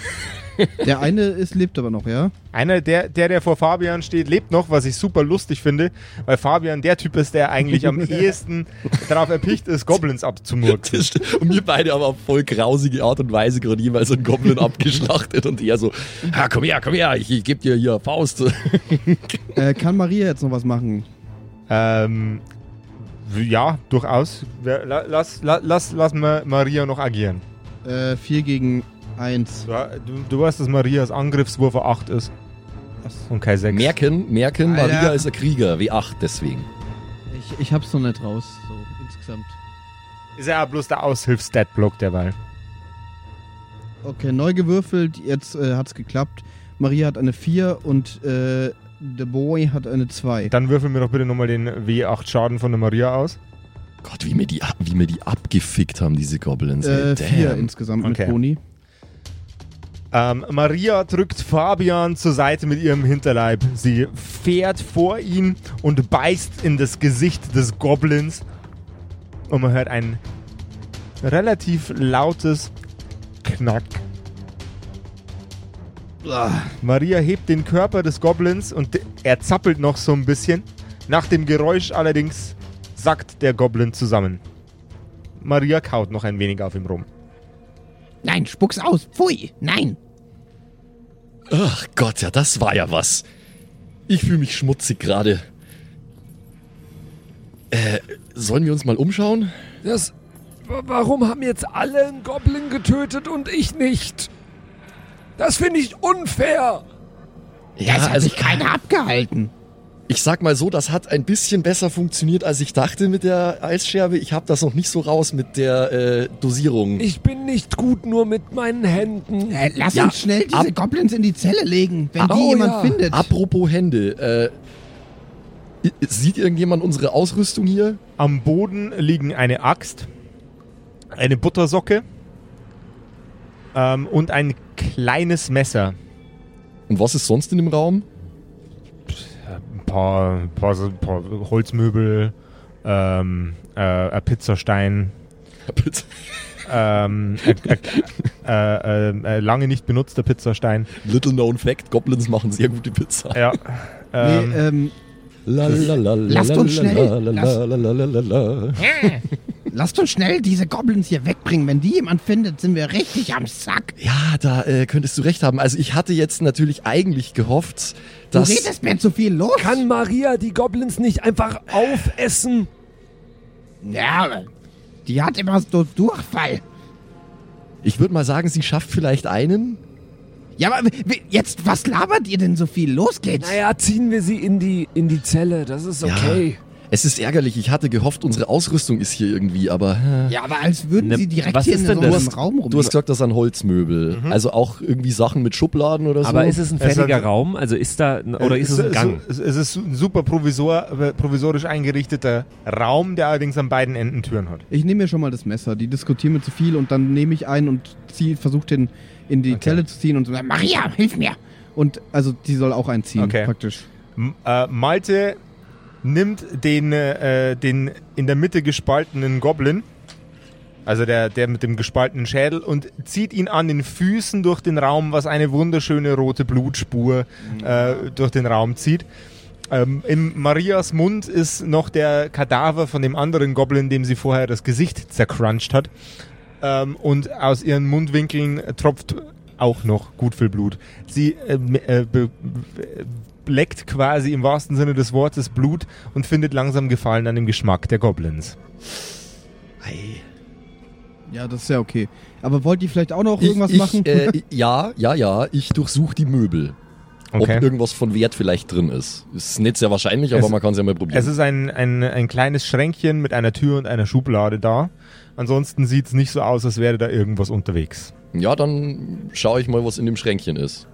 [SPEAKER 12] Der eine ist, lebt aber noch, ja?
[SPEAKER 1] Einer, der, der, der vor Fabian steht, lebt noch, was ich super lustig finde, weil Fabian der Typ ist, der eigentlich am ehesten darauf erpicht ist, Goblins abzumurksen.
[SPEAKER 4] Das st- und wir beide haben auf voll grausige Art und Weise gerade jeweils einen [laughs] Goblin abgeschlachtet und er so, ha, komm her, komm her, ich, ich geb dir hier Faust.
[SPEAKER 12] Äh, kann Maria jetzt noch was machen?
[SPEAKER 1] Ähm, ja, durchaus. Wer- la- Lass, la- lass, lass Ma- Maria noch agieren.
[SPEAKER 12] Äh, 4 gegen 1.
[SPEAKER 1] Du, du weißt, dass Marias Angriffswurf 8 ist. und kein 6.
[SPEAKER 4] [laughs] Merken, merken,
[SPEAKER 12] Alter.
[SPEAKER 4] Maria ist ein Krieger, W8 deswegen.
[SPEAKER 12] Ich, ich hab's noch nicht raus, so insgesamt.
[SPEAKER 1] Ist ja bloß der Aushilfs-Stat-Block derweil.
[SPEAKER 12] Okay, neu gewürfelt, jetzt äh, hat's geklappt. Maria hat eine 4 und äh, The Boy hat eine 2.
[SPEAKER 1] Dann würfeln wir doch bitte nochmal den W8 Schaden von der Maria aus.
[SPEAKER 4] Gott, wie mir die, ab- wie mir die abgefickt haben, diese Goblins. ey.
[SPEAKER 12] Äh, 4
[SPEAKER 4] Damn.
[SPEAKER 12] insgesamt
[SPEAKER 1] Okay.
[SPEAKER 12] mit Boni.
[SPEAKER 1] Ähm, Maria drückt Fabian zur Seite mit ihrem Hinterleib. Sie fährt vor ihn und beißt in das Gesicht des Goblins. Und man hört ein relativ lautes Knack. Maria hebt den Körper des Goblins und er zappelt noch so ein bisschen. Nach dem Geräusch allerdings sackt der Goblin zusammen. Maria kaut noch ein wenig auf ihm rum.
[SPEAKER 3] Nein, spuck's aus. Pfui. Nein.
[SPEAKER 4] Ach Gott, ja, das war ja was. Ich fühle mich schmutzig gerade. Äh, sollen wir uns mal umschauen?
[SPEAKER 2] Das, wa- warum haben jetzt alle einen Goblin getötet und ich nicht? Das finde ich unfair.
[SPEAKER 4] Ja, also
[SPEAKER 3] Es hat sich keiner abgehalten.
[SPEAKER 4] ich sag mal so, das hat ein bisschen besser funktioniert, als ich dachte mit der Eisscherbe. Ich habe das noch nicht so raus mit der äh, Dosierung.
[SPEAKER 2] Ich bin nicht gut nur mit meinen Händen.
[SPEAKER 3] Äh, lass
[SPEAKER 4] Ja,
[SPEAKER 3] uns schnell diese
[SPEAKER 4] ab-
[SPEAKER 3] Goblins in die Zelle legen, wenn die
[SPEAKER 2] Oh,
[SPEAKER 3] jemand
[SPEAKER 2] ja.
[SPEAKER 3] findet.
[SPEAKER 4] Apropos Hände, äh, i- sieht irgendjemand unsere Ausrüstung hier?
[SPEAKER 1] Am Boden liegen eine Axt, eine Buttersocke ähm, und ein kleines Messer.
[SPEAKER 4] Und was ist sonst in dem Raum? [laughs]
[SPEAKER 1] Ein paar, ein paar, so- ein paar Holzmöbel, ähm, äh, ein Pizzastein, ähm, äh, [laughs] äh, äh, äh, äh, lange nicht benutzter Pizzastein.
[SPEAKER 4] Little known fact, Goblins machen sehr gute Pizza.
[SPEAKER 1] Ja. Ähm,
[SPEAKER 12] nee, ähm,
[SPEAKER 4] Lasst
[SPEAKER 3] Lasst uns schnell-
[SPEAKER 13] Ja,
[SPEAKER 3] Lasst uns schnell diese Goblins hier wegbringen. Wenn die jemand findet, sind wir richtig am Sack.
[SPEAKER 4] Ja, da äh, könntest du recht haben. Also ich hatte jetzt natürlich eigentlich gehofft,
[SPEAKER 3] Du
[SPEAKER 4] dass...
[SPEAKER 3] redest mir zu viel los.
[SPEAKER 2] Kann Maria die Goblins nicht einfach aufessen?
[SPEAKER 3] Ja, die hat immer so Durchfall.
[SPEAKER 4] Ich würde mal sagen, sie schafft vielleicht einen.
[SPEAKER 3] Ja, aber w- jetzt, was labert ihr denn so viel? Los geht's.
[SPEAKER 2] Naja, ziehen wir sie in die, in die Zelle. Das ist okay.
[SPEAKER 4] Es ist ärgerlich, ich hatte gehofft, unsere Ausrüstung ist hier irgendwie, aber... äh,
[SPEAKER 3] Ja, aber als würden
[SPEAKER 6] Ne,
[SPEAKER 3] sie direkt
[SPEAKER 6] was
[SPEAKER 3] hier
[SPEAKER 6] ist
[SPEAKER 3] in
[SPEAKER 6] denn
[SPEAKER 3] so einem
[SPEAKER 6] das?
[SPEAKER 3] Raum rum.
[SPEAKER 4] Du hast gesagt, das sind Holzmöbel. Also auch irgendwie Sachen mit Schubladen oder so.
[SPEAKER 6] Aber ist es ein
[SPEAKER 1] Es hat-
[SPEAKER 6] fertiger Raum? Also ist da,
[SPEAKER 2] Äh,
[SPEAKER 6] oder ist es ein Gang?
[SPEAKER 1] äh, Es es ist ein super provisor, äh, provisorisch eingerichteter Raum, der allerdings an beiden Enden Türen hat.
[SPEAKER 12] ich nehme mir schon mal das Messer. Die diskutieren mir zu viel und dann nehme ich einen und zieh, versuch den in die Zelle zu ziehen und so.
[SPEAKER 3] Maria, hilf mir.
[SPEAKER 12] Und also die soll auch einziehen,
[SPEAKER 1] Okay.
[SPEAKER 12] praktisch.
[SPEAKER 1] M äh, Malte nimmt den, äh, den in der Mitte gespaltenen Goblin, also der, der mit dem gespaltenen Schädel, und zieht ihn an den Füßen durch den Raum, was eine wunderschöne rote Blutspur äh, durch den Raum zieht. Ähm, in Marias Mund ist noch der Kadaver von dem anderen Goblin, dem sie vorher das Gesicht zercrunched hat. Ähm, und aus ihren Mundwinkeln tropft auch noch gut viel Blut. Sie ähm, äh, be be- leckt quasi im wahrsten Sinne des Wortes Blut und findet langsam Gefallen an dem Geschmack der Goblins.
[SPEAKER 4] Ei.
[SPEAKER 12] Ja, das ist ja okay. Aber wollt ihr vielleicht auch noch
[SPEAKER 4] Ich,
[SPEAKER 12] irgendwas
[SPEAKER 4] ich,
[SPEAKER 12] machen?
[SPEAKER 4] Äh, ja, ja, ja. Ich durchsuche die Möbel. Ob irgendwas von Wert vielleicht drin ist. Ist nicht sehr wahrscheinlich, aber
[SPEAKER 1] Es-
[SPEAKER 4] man kann es ja mal probieren.
[SPEAKER 1] Es ist ein, ein, ein kleines Schränkchen mit einer Tür und einer Schublade da. Ansonsten sieht es nicht so aus, als wäre da irgendwas unterwegs.
[SPEAKER 4] ja, dann schaue ich mal, was in dem Schränkchen ist.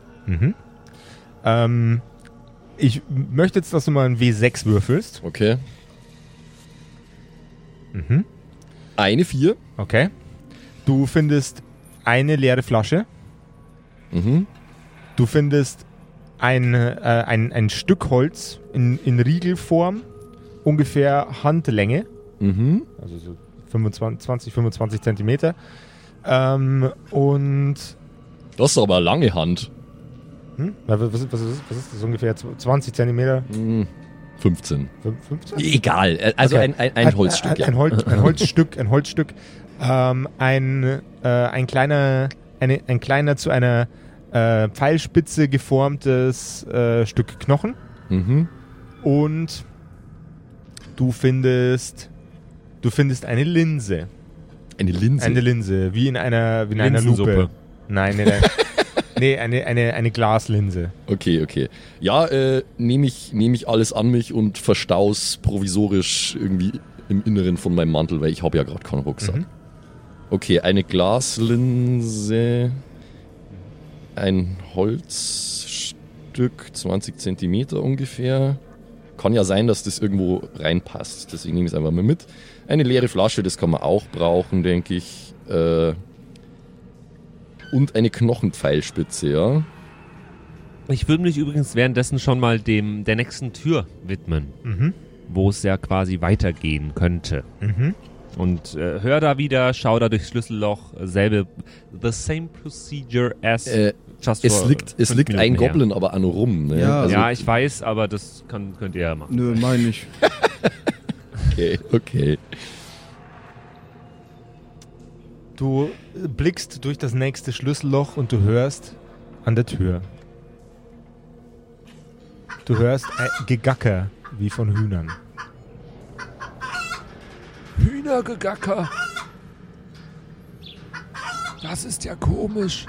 [SPEAKER 1] Ähm, ich möchte jetzt, dass du mal ein W6 würfelst.
[SPEAKER 4] Okay. Eine vier.
[SPEAKER 1] Okay. Du findest eine leere Flasche.
[SPEAKER 4] Mhm.
[SPEAKER 1] Du findest ein, äh, ein, ein Stück Holz in, in Riegelform, ungefähr Handlänge,
[SPEAKER 4] Mhm.
[SPEAKER 1] also so 25, 20, 25 Zentimeter. Ähm, und
[SPEAKER 4] Das ist aber eine lange Hand.
[SPEAKER 1] hm, na, was, ist- was, ist, was ist das ungefähr? 20 Zentimeter?
[SPEAKER 4] Mhm. 15.
[SPEAKER 1] Fünf- 15?
[SPEAKER 4] Egal. äh, Also
[SPEAKER 1] Okay.
[SPEAKER 4] ein, ein, ein Holzstück.
[SPEAKER 1] Ein, ein, Holz,
[SPEAKER 4] [laughs]
[SPEAKER 1] ein Holzstück, ein Holzstück. Ähm, ein, äh, ein kleiner, eine, ein kleiner zu einer äh, Pfeilspitze geformtes äh, Stück Knochen.
[SPEAKER 4] ja. Mhm.
[SPEAKER 1] Und du findest, du findest eine Linse.
[SPEAKER 4] Eine Linse.
[SPEAKER 1] Eine Linse, wie in einer, wie in einer
[SPEAKER 6] Linsensuppe.
[SPEAKER 1] Lupe. Nein, [laughs] nein, nein. Nee, eine, eine, eine Glaslinse.
[SPEAKER 4] Okay, okay. Ja, äh, nehme ich, nehm ich alles an mich und verstau's provisorisch irgendwie im Inneren von meinem Mantel, weil ich habe ja gerade keinen Rucksack. Okay, eine Glaslinse, ein Holzstück, 20 Zentimeter ungefähr. Kann ja sein, dass das irgendwo reinpasst, deswegen nehme ich es einfach mal mit. Eine leere Flasche, das kann man auch brauchen, denke ich. Äh, und eine Knochenpfeilspitze, ja.
[SPEAKER 6] Ich würde mich übrigens währenddessen schon mal dem der nächsten Tür widmen,
[SPEAKER 1] Mhm.
[SPEAKER 6] wo es ja quasi weitergehen könnte.
[SPEAKER 1] Mhm.
[SPEAKER 6] Und äh, hör da wieder, schau da durchs Schlüsselloch, äh, selbe, the same procedure as
[SPEAKER 4] Äh,
[SPEAKER 6] just
[SPEAKER 4] Es
[SPEAKER 6] for
[SPEAKER 4] liegt, es
[SPEAKER 6] fünf
[SPEAKER 4] liegt
[SPEAKER 6] Minuten
[SPEAKER 4] ein
[SPEAKER 6] her.
[SPEAKER 4] Goblin aber an rum. Ne?
[SPEAKER 12] Ja.
[SPEAKER 4] also,
[SPEAKER 6] ja, ich weiß, aber das kann, könnt ihr ja machen.
[SPEAKER 12] Nö, meine ich.
[SPEAKER 4] okay, okay.
[SPEAKER 1] Du blickst durch das nächste Schlüsselloch und du hörst an der Tür. Du hörst ein Gegacker wie von Hühnern.
[SPEAKER 2] Hühnergegacker. Das ist ja komisch.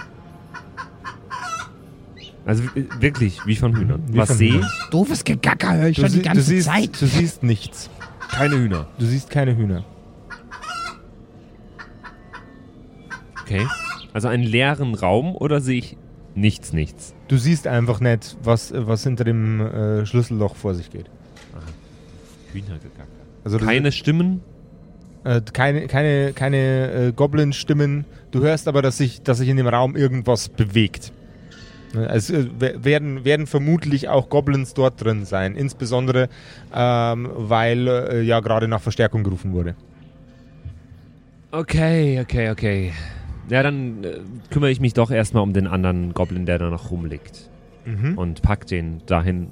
[SPEAKER 6] Also w- wirklich, wie von Hühnern.
[SPEAKER 1] Wie
[SPEAKER 6] Was
[SPEAKER 1] von
[SPEAKER 6] sehe
[SPEAKER 1] Hühnern.
[SPEAKER 6] ich?
[SPEAKER 3] Doofes Gegacker höre ich schon die
[SPEAKER 1] sie-
[SPEAKER 3] ganze
[SPEAKER 1] siehst,
[SPEAKER 3] Zeit.
[SPEAKER 1] du siehst nichts.
[SPEAKER 6] Keine Hühner.
[SPEAKER 1] Du siehst keine Hühner.
[SPEAKER 6] Okay. Also einen leeren Raum oder sehe ich nichts, nichts?
[SPEAKER 1] Du siehst einfach nicht, was, was hinter dem äh, Schlüsselloch vor sich geht.
[SPEAKER 6] Hühnergegacker.
[SPEAKER 1] Also du-
[SPEAKER 6] Keine Stimmen?
[SPEAKER 1] Äh, keine keine, keine äh, Goblin-Stimmen. Du hörst aber, dass sich, dass sich in dem Raum irgendwas bewegt. Ne, Es äh, we- werden, werden vermutlich auch Goblins dort drin sein. Insbesondere, ähm, weil äh, ja gerade nach Verstärkung gerufen wurde.
[SPEAKER 6] Okay, okay, okay. Ja, dann äh, kümmere ich mich doch erstmal um den anderen Goblin, der da noch rumliegt.
[SPEAKER 1] Mhm.
[SPEAKER 6] Und pack den dahin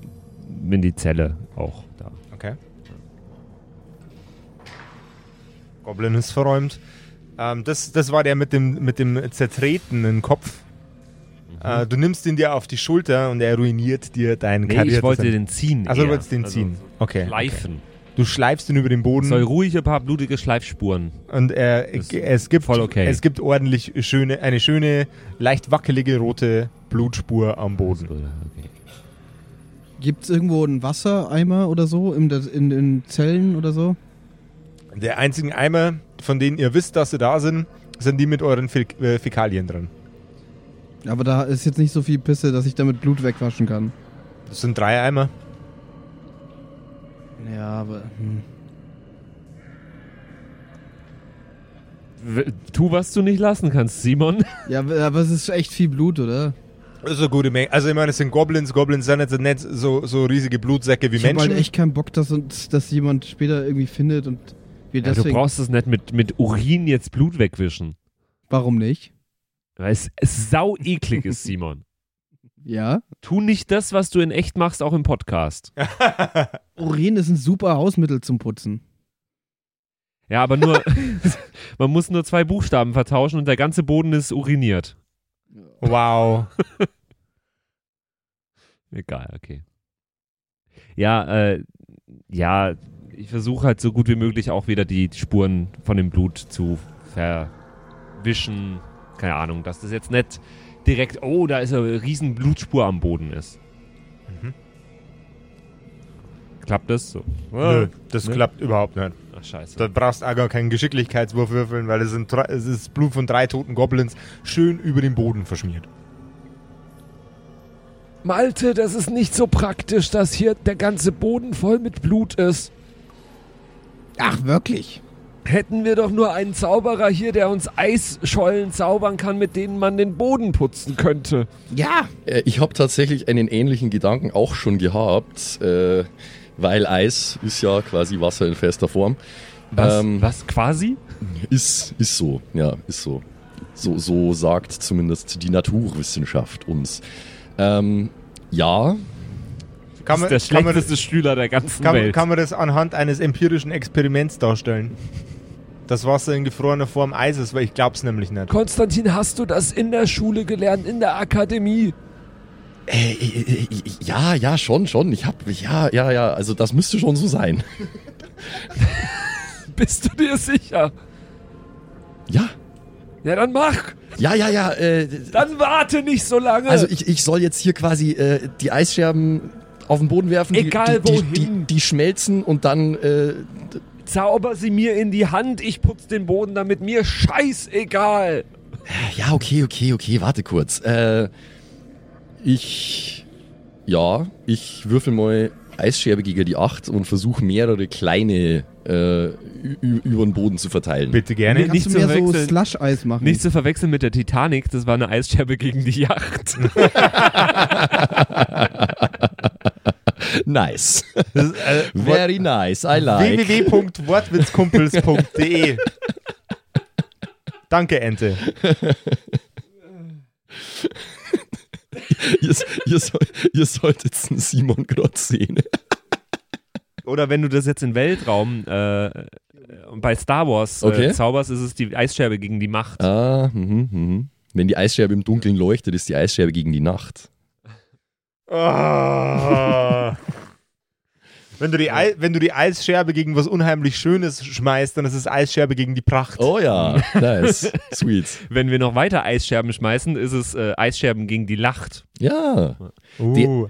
[SPEAKER 6] in die Zelle auch da.
[SPEAKER 1] Okay. Goblin ist verräumt. Ähm, das, das war der mit dem, mit dem zertretenen Kopf.
[SPEAKER 6] Mhm.
[SPEAKER 1] Äh, du nimmst ihn dir auf die Schulter und er ruiniert dir deinen
[SPEAKER 6] Nee,
[SPEAKER 1] Karriere.
[SPEAKER 6] ich wollte den ziehen.
[SPEAKER 1] Also du
[SPEAKER 6] eher.
[SPEAKER 1] wolltest den
[SPEAKER 6] Also
[SPEAKER 1] ziehen. Okay.
[SPEAKER 6] Schleifen.
[SPEAKER 1] Du schleifst ihn über den Boden.
[SPEAKER 6] Soll ruhig ein paar blutige Schleifspuren.
[SPEAKER 1] Und äh,
[SPEAKER 6] Ist
[SPEAKER 1] es, gibt,
[SPEAKER 6] voll okay.
[SPEAKER 1] es gibt ordentlich schöne, eine schöne, leicht wackelige rote Blutspur am Boden.
[SPEAKER 6] Okay.
[SPEAKER 12] Gibt es irgendwo einen Wassereimer oder so? In, der, in den Zellen oder so?
[SPEAKER 1] Der einzigen Eimer, von denen ihr wisst, dass sie da sind, sind die mit euren Fäk äh, Fäkalien drin.
[SPEAKER 12] Aber da ist jetzt nicht so viel Pisse, dass ich damit Blut wegwaschen kann.
[SPEAKER 1] Das sind drei Eimer.
[SPEAKER 12] Ja, aber. Hm.
[SPEAKER 6] W- Tu, was du nicht lassen kannst, Simon.
[SPEAKER 12] Ja, aber aber es ist echt viel Blut, oder?
[SPEAKER 1] Das ist eine gute Menge. Also ich meine, es sind Goblins. Goblins sind jetzt nicht so, so riesige Blutsäcke wie
[SPEAKER 12] ich habe
[SPEAKER 1] Menschen.
[SPEAKER 12] halt echt keinen Bock, dass uns dass jemand später irgendwie findet und wir
[SPEAKER 6] Ja, du
[SPEAKER 12] deswegen.
[SPEAKER 6] brauchst es nicht mit, mit Urin jetzt Blut wegwischen.
[SPEAKER 12] Warum nicht?
[SPEAKER 6] Weil es, es sau eklig
[SPEAKER 12] [laughs]
[SPEAKER 6] ist, Simon.
[SPEAKER 12] Ja.
[SPEAKER 6] Tu nicht das, was du in echt machst, auch im Podcast.
[SPEAKER 12] Urin ist ein super Hausmittel zum Putzen.
[SPEAKER 6] Ja, aber nur, [laughs] man muss nur zwei Buchstaben vertauschen und der ganze Boden ist uriniert.
[SPEAKER 1] [laughs]
[SPEAKER 6] [laughs]
[SPEAKER 1] wow.
[SPEAKER 6] Egal, okay. Ja, äh, ja, ich versuche halt so gut wie möglich auch wieder die Spuren von dem Blut zu verwischen. Keine Ahnung, dass das jetzt nicht direkt, oh, da ist eine riesen Blutspur am Boden ist. Klappt das so?
[SPEAKER 1] Nö, das
[SPEAKER 6] Nö.
[SPEAKER 1] klappt überhaupt nicht.
[SPEAKER 6] Ach, scheiße.
[SPEAKER 1] Da brauchst du auch gar keinen Geschicklichkeitswurf würfeln, weil es, sind drei, es ist Blut von drei toten Goblins schön über den Boden verschmiert.
[SPEAKER 2] Malte, das ist nicht so praktisch, dass hier der ganze Boden voll mit Blut ist.
[SPEAKER 3] Ach, wirklich?
[SPEAKER 2] Hätten wir doch nur einen Zauberer hier, der uns Eisschollen zaubern kann, mit denen man den Boden putzen könnte.
[SPEAKER 3] Ja.
[SPEAKER 4] Äh, ich habe tatsächlich einen ähnlichen Gedanken auch schon gehabt, äh, weil Eis ist ja quasi Wasser in fester Form.
[SPEAKER 6] was,
[SPEAKER 4] ähm,
[SPEAKER 6] was quasi?
[SPEAKER 4] Ist, ist so, ja, ist so. So, so sagt zumindest die Naturwissenschaft uns. Ähm, ja,
[SPEAKER 1] Kann man,
[SPEAKER 6] der
[SPEAKER 1] kann, man,
[SPEAKER 6] schlechteste Schüler der ganzen
[SPEAKER 1] kann,
[SPEAKER 6] Welt.
[SPEAKER 1] kann man das anhand eines empirischen Experiments darstellen? Das Wasser in gefrorener Form Eis ist, weil ich glaub's nämlich nicht.
[SPEAKER 2] Konstantin, hast du das in der Schule gelernt, in der Akademie?
[SPEAKER 4] Äh, äh, äh, ja, ja, schon, schon. Ich hab, ja, ja, ja, also das müsste schon so sein.
[SPEAKER 2] Bist du dir sicher?
[SPEAKER 4] Ja,
[SPEAKER 2] Ja, dann mach!
[SPEAKER 4] Ja, ja, ja. Äh,
[SPEAKER 2] Dann warte nicht so lange.
[SPEAKER 4] Also ich, ich soll jetzt hier quasi äh, die Eisscherben auf den Boden werfen, die-
[SPEAKER 2] Egal
[SPEAKER 4] die,
[SPEAKER 2] wohin.
[SPEAKER 4] die, die, die schmelzen und dann äh,
[SPEAKER 2] Zauber sie mir in die Hand, ich putz den Boden damit, mir scheißegal.
[SPEAKER 4] ja okay okay okay warte kurz äh, ich ja ich würfel mal Eisscherbe gegen die 8 und versuche mehrere kleine äh, ü- über den Boden zu verteilen.
[SPEAKER 1] Bitte gerne.
[SPEAKER 12] Kannst
[SPEAKER 6] nicht
[SPEAKER 12] du
[SPEAKER 6] zu
[SPEAKER 12] mehr so
[SPEAKER 6] verwechseln.
[SPEAKER 12] Slush-Eis machen?
[SPEAKER 6] Nicht zu verwechseln mit der Titanic, das war eine Eisscherbe gegen die Yacht.
[SPEAKER 4] [laughs] Nice. Very nice. I
[SPEAKER 1] [laughs]
[SPEAKER 4] like.
[SPEAKER 1] www.wortwitzkumpels.de Danke, Ente.
[SPEAKER 4] ihr, ihr, soll, ihr solltet den Simon gerade sehen.
[SPEAKER 6] [laughs] Oder wenn du das jetzt in Weltraum äh, äh, bei Star Wars äh,
[SPEAKER 4] Okay.
[SPEAKER 6] zauberst, ist es die Eisscherbe gegen die Macht.
[SPEAKER 4] Ah, mhm, mhm. Wenn die Eisscherbe im Dunkeln leuchtet, ist die Eisscherbe gegen die Nacht.
[SPEAKER 1] Ah. Wenn du, die Ei wenn du die Eisscherbe gegen was unheimlich Schönes schmeißt, dann ist es Eisscherbe gegen die Pracht.
[SPEAKER 4] Oh ja,
[SPEAKER 1] Mhm. [laughs]
[SPEAKER 4] nice. Sweet.
[SPEAKER 6] Wenn wir noch weiter Eisscherben schmeißen, ist es äh, Eisscherben gegen die Lacht.
[SPEAKER 4] Ja.
[SPEAKER 1] Uh.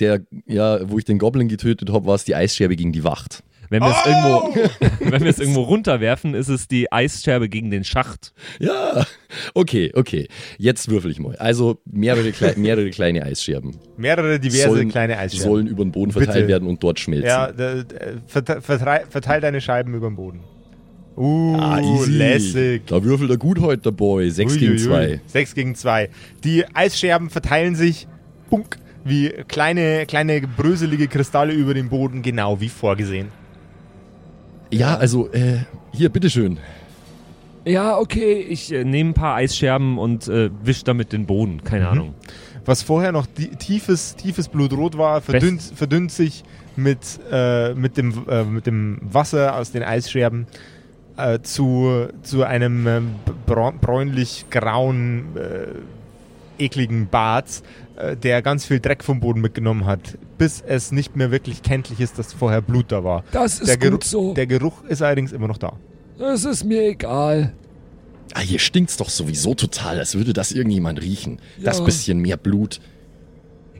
[SPEAKER 4] Der, ja, wo ich den Goblin getötet habe, war es die Eisscherbe gegen die Wacht.
[SPEAKER 6] Wenn wir es irgendwo, [laughs] wenn wir es irgendwo runterwerfen, ist es die Eisscherbe gegen den Schacht.
[SPEAKER 4] Ja. Okay, okay. Jetzt würfel ich mal. Also mehrere,
[SPEAKER 1] [laughs]
[SPEAKER 4] klei mehrere kleine Eisscherben
[SPEAKER 1] Mehrere diverse
[SPEAKER 4] Sollen-
[SPEAKER 1] kleine Eisscherben.
[SPEAKER 4] sollen über den Boden verteilt
[SPEAKER 1] Bitte.
[SPEAKER 4] werden und dort schmelzen.
[SPEAKER 1] Ja, d- d- verte- verteil, verteil deine Scheiben über den Boden. Uh,
[SPEAKER 4] Ah, easy.
[SPEAKER 1] lässig.
[SPEAKER 4] Da würfelt er gut heute, der Boy. 6 gegen
[SPEAKER 1] Uiuiui.
[SPEAKER 4] 2.
[SPEAKER 1] Sechs gegen zwei. Die Eisscherben verteilen sich punk, wie kleine, kleine bröselige Kristalle über dem Boden, genau wie vorgesehen.
[SPEAKER 4] Ja, also, äh, hier, bitteschön.
[SPEAKER 6] Ja, okay, ich äh, nehme ein paar Eisscherben und äh, wisch damit den Boden. Keine Ahnung.
[SPEAKER 1] Was vorher noch die, tiefes, tiefes Blutrot war, verdünnt, verdünnt sich mit, äh, mit, dem, äh, mit dem Wasser aus den Eisscherben äh, zu, zu einem ähm, bra- bräunlich-grauen, äh, ekligen Bart, äh, der ganz viel Dreck vom Boden mitgenommen hat, bis es nicht mehr wirklich kenntlich ist, dass vorher Blut da war.
[SPEAKER 2] Das ist
[SPEAKER 1] Der Geruch-
[SPEAKER 2] gut so.
[SPEAKER 1] Der Geruch ist allerdings immer noch da.
[SPEAKER 2] Es ist mir egal.
[SPEAKER 4] Ah, hier stinkt's doch sowieso total, als würde das irgendjemand riechen. Das
[SPEAKER 2] Ja.
[SPEAKER 4] bisschen mehr Blut.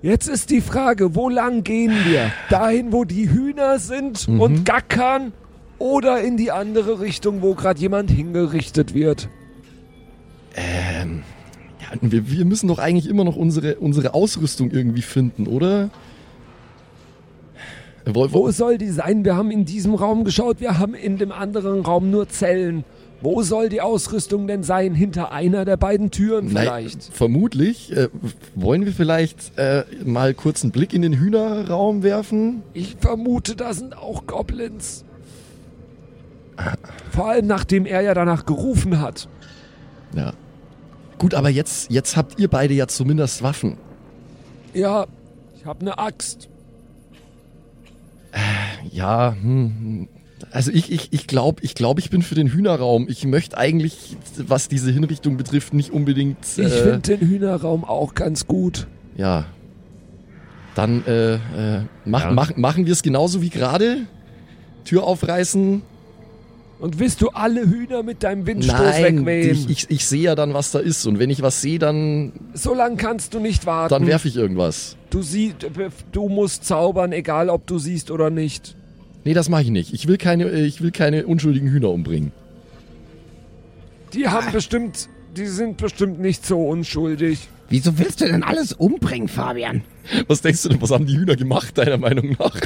[SPEAKER 2] Jetzt ist die Frage, wo lang gehen wir? Dahin, wo die Hühner sind
[SPEAKER 4] Mhm.
[SPEAKER 2] und gackern oder in die andere Richtung, wo gerade jemand hingerichtet wird?
[SPEAKER 4] Ja, wir, wir müssen doch eigentlich immer noch unsere, unsere Ausrüstung irgendwie finden, oder? Äh,
[SPEAKER 2] Wo
[SPEAKER 4] Wo, wo,
[SPEAKER 2] soll die sein? Wir haben in diesem Raum geschaut, wir haben in dem anderen Raum nur Zellen. Wo soll die Ausrüstung denn sein? Hinter einer der beiden Türen
[SPEAKER 4] Nein,
[SPEAKER 2] vielleicht?
[SPEAKER 4] vermutlich. Äh, wollen wir vielleicht äh, mal kurz einen Blick in den Hühnerraum werfen?
[SPEAKER 2] Ich vermute, da sind auch Goblins. Vor allem, nachdem er ja danach gerufen hat.
[SPEAKER 4] Ja. Gut, aber jetzt, jetzt habt ihr beide ja zumindest Waffen.
[SPEAKER 2] Ja, ich habe eine Axt.
[SPEAKER 4] Ja, hm. hm. Also ich, ich, ich glaube, ich, glaub, ich bin für den Hühnerraum. Ich möchte eigentlich, was diese Hinrichtung betrifft, nicht unbedingt...
[SPEAKER 2] Ich
[SPEAKER 4] äh,
[SPEAKER 2] finde den Hühnerraum auch ganz gut.
[SPEAKER 4] Ja. Dann äh, äh, mach,
[SPEAKER 6] Ja.
[SPEAKER 4] Mach, machen wir es genauso wie gerade. Tür aufreißen.
[SPEAKER 2] Und willst du alle Hühner mit deinem Windstoß
[SPEAKER 4] Nein, ich,
[SPEAKER 2] wegwehen?
[SPEAKER 4] ich, ich sehe ja dann, was da ist. Und wenn ich was sehe, dann,
[SPEAKER 2] So lange kannst du nicht warten.
[SPEAKER 4] dann werfe ich irgendwas.
[SPEAKER 2] du, sie du musst zaubern, egal ob du siehst oder nicht.
[SPEAKER 4] Nee, das mache ich nicht. Ich will, keine, äh, ich will keine unschuldigen Hühner umbringen.
[SPEAKER 2] Die haben bestimmt, die sind bestimmt nicht so unschuldig.
[SPEAKER 3] Wieso willst du denn alles umbringen, Fabian?
[SPEAKER 4] Was denkst du denn, was haben die Hühner gemacht, deiner Meinung nach?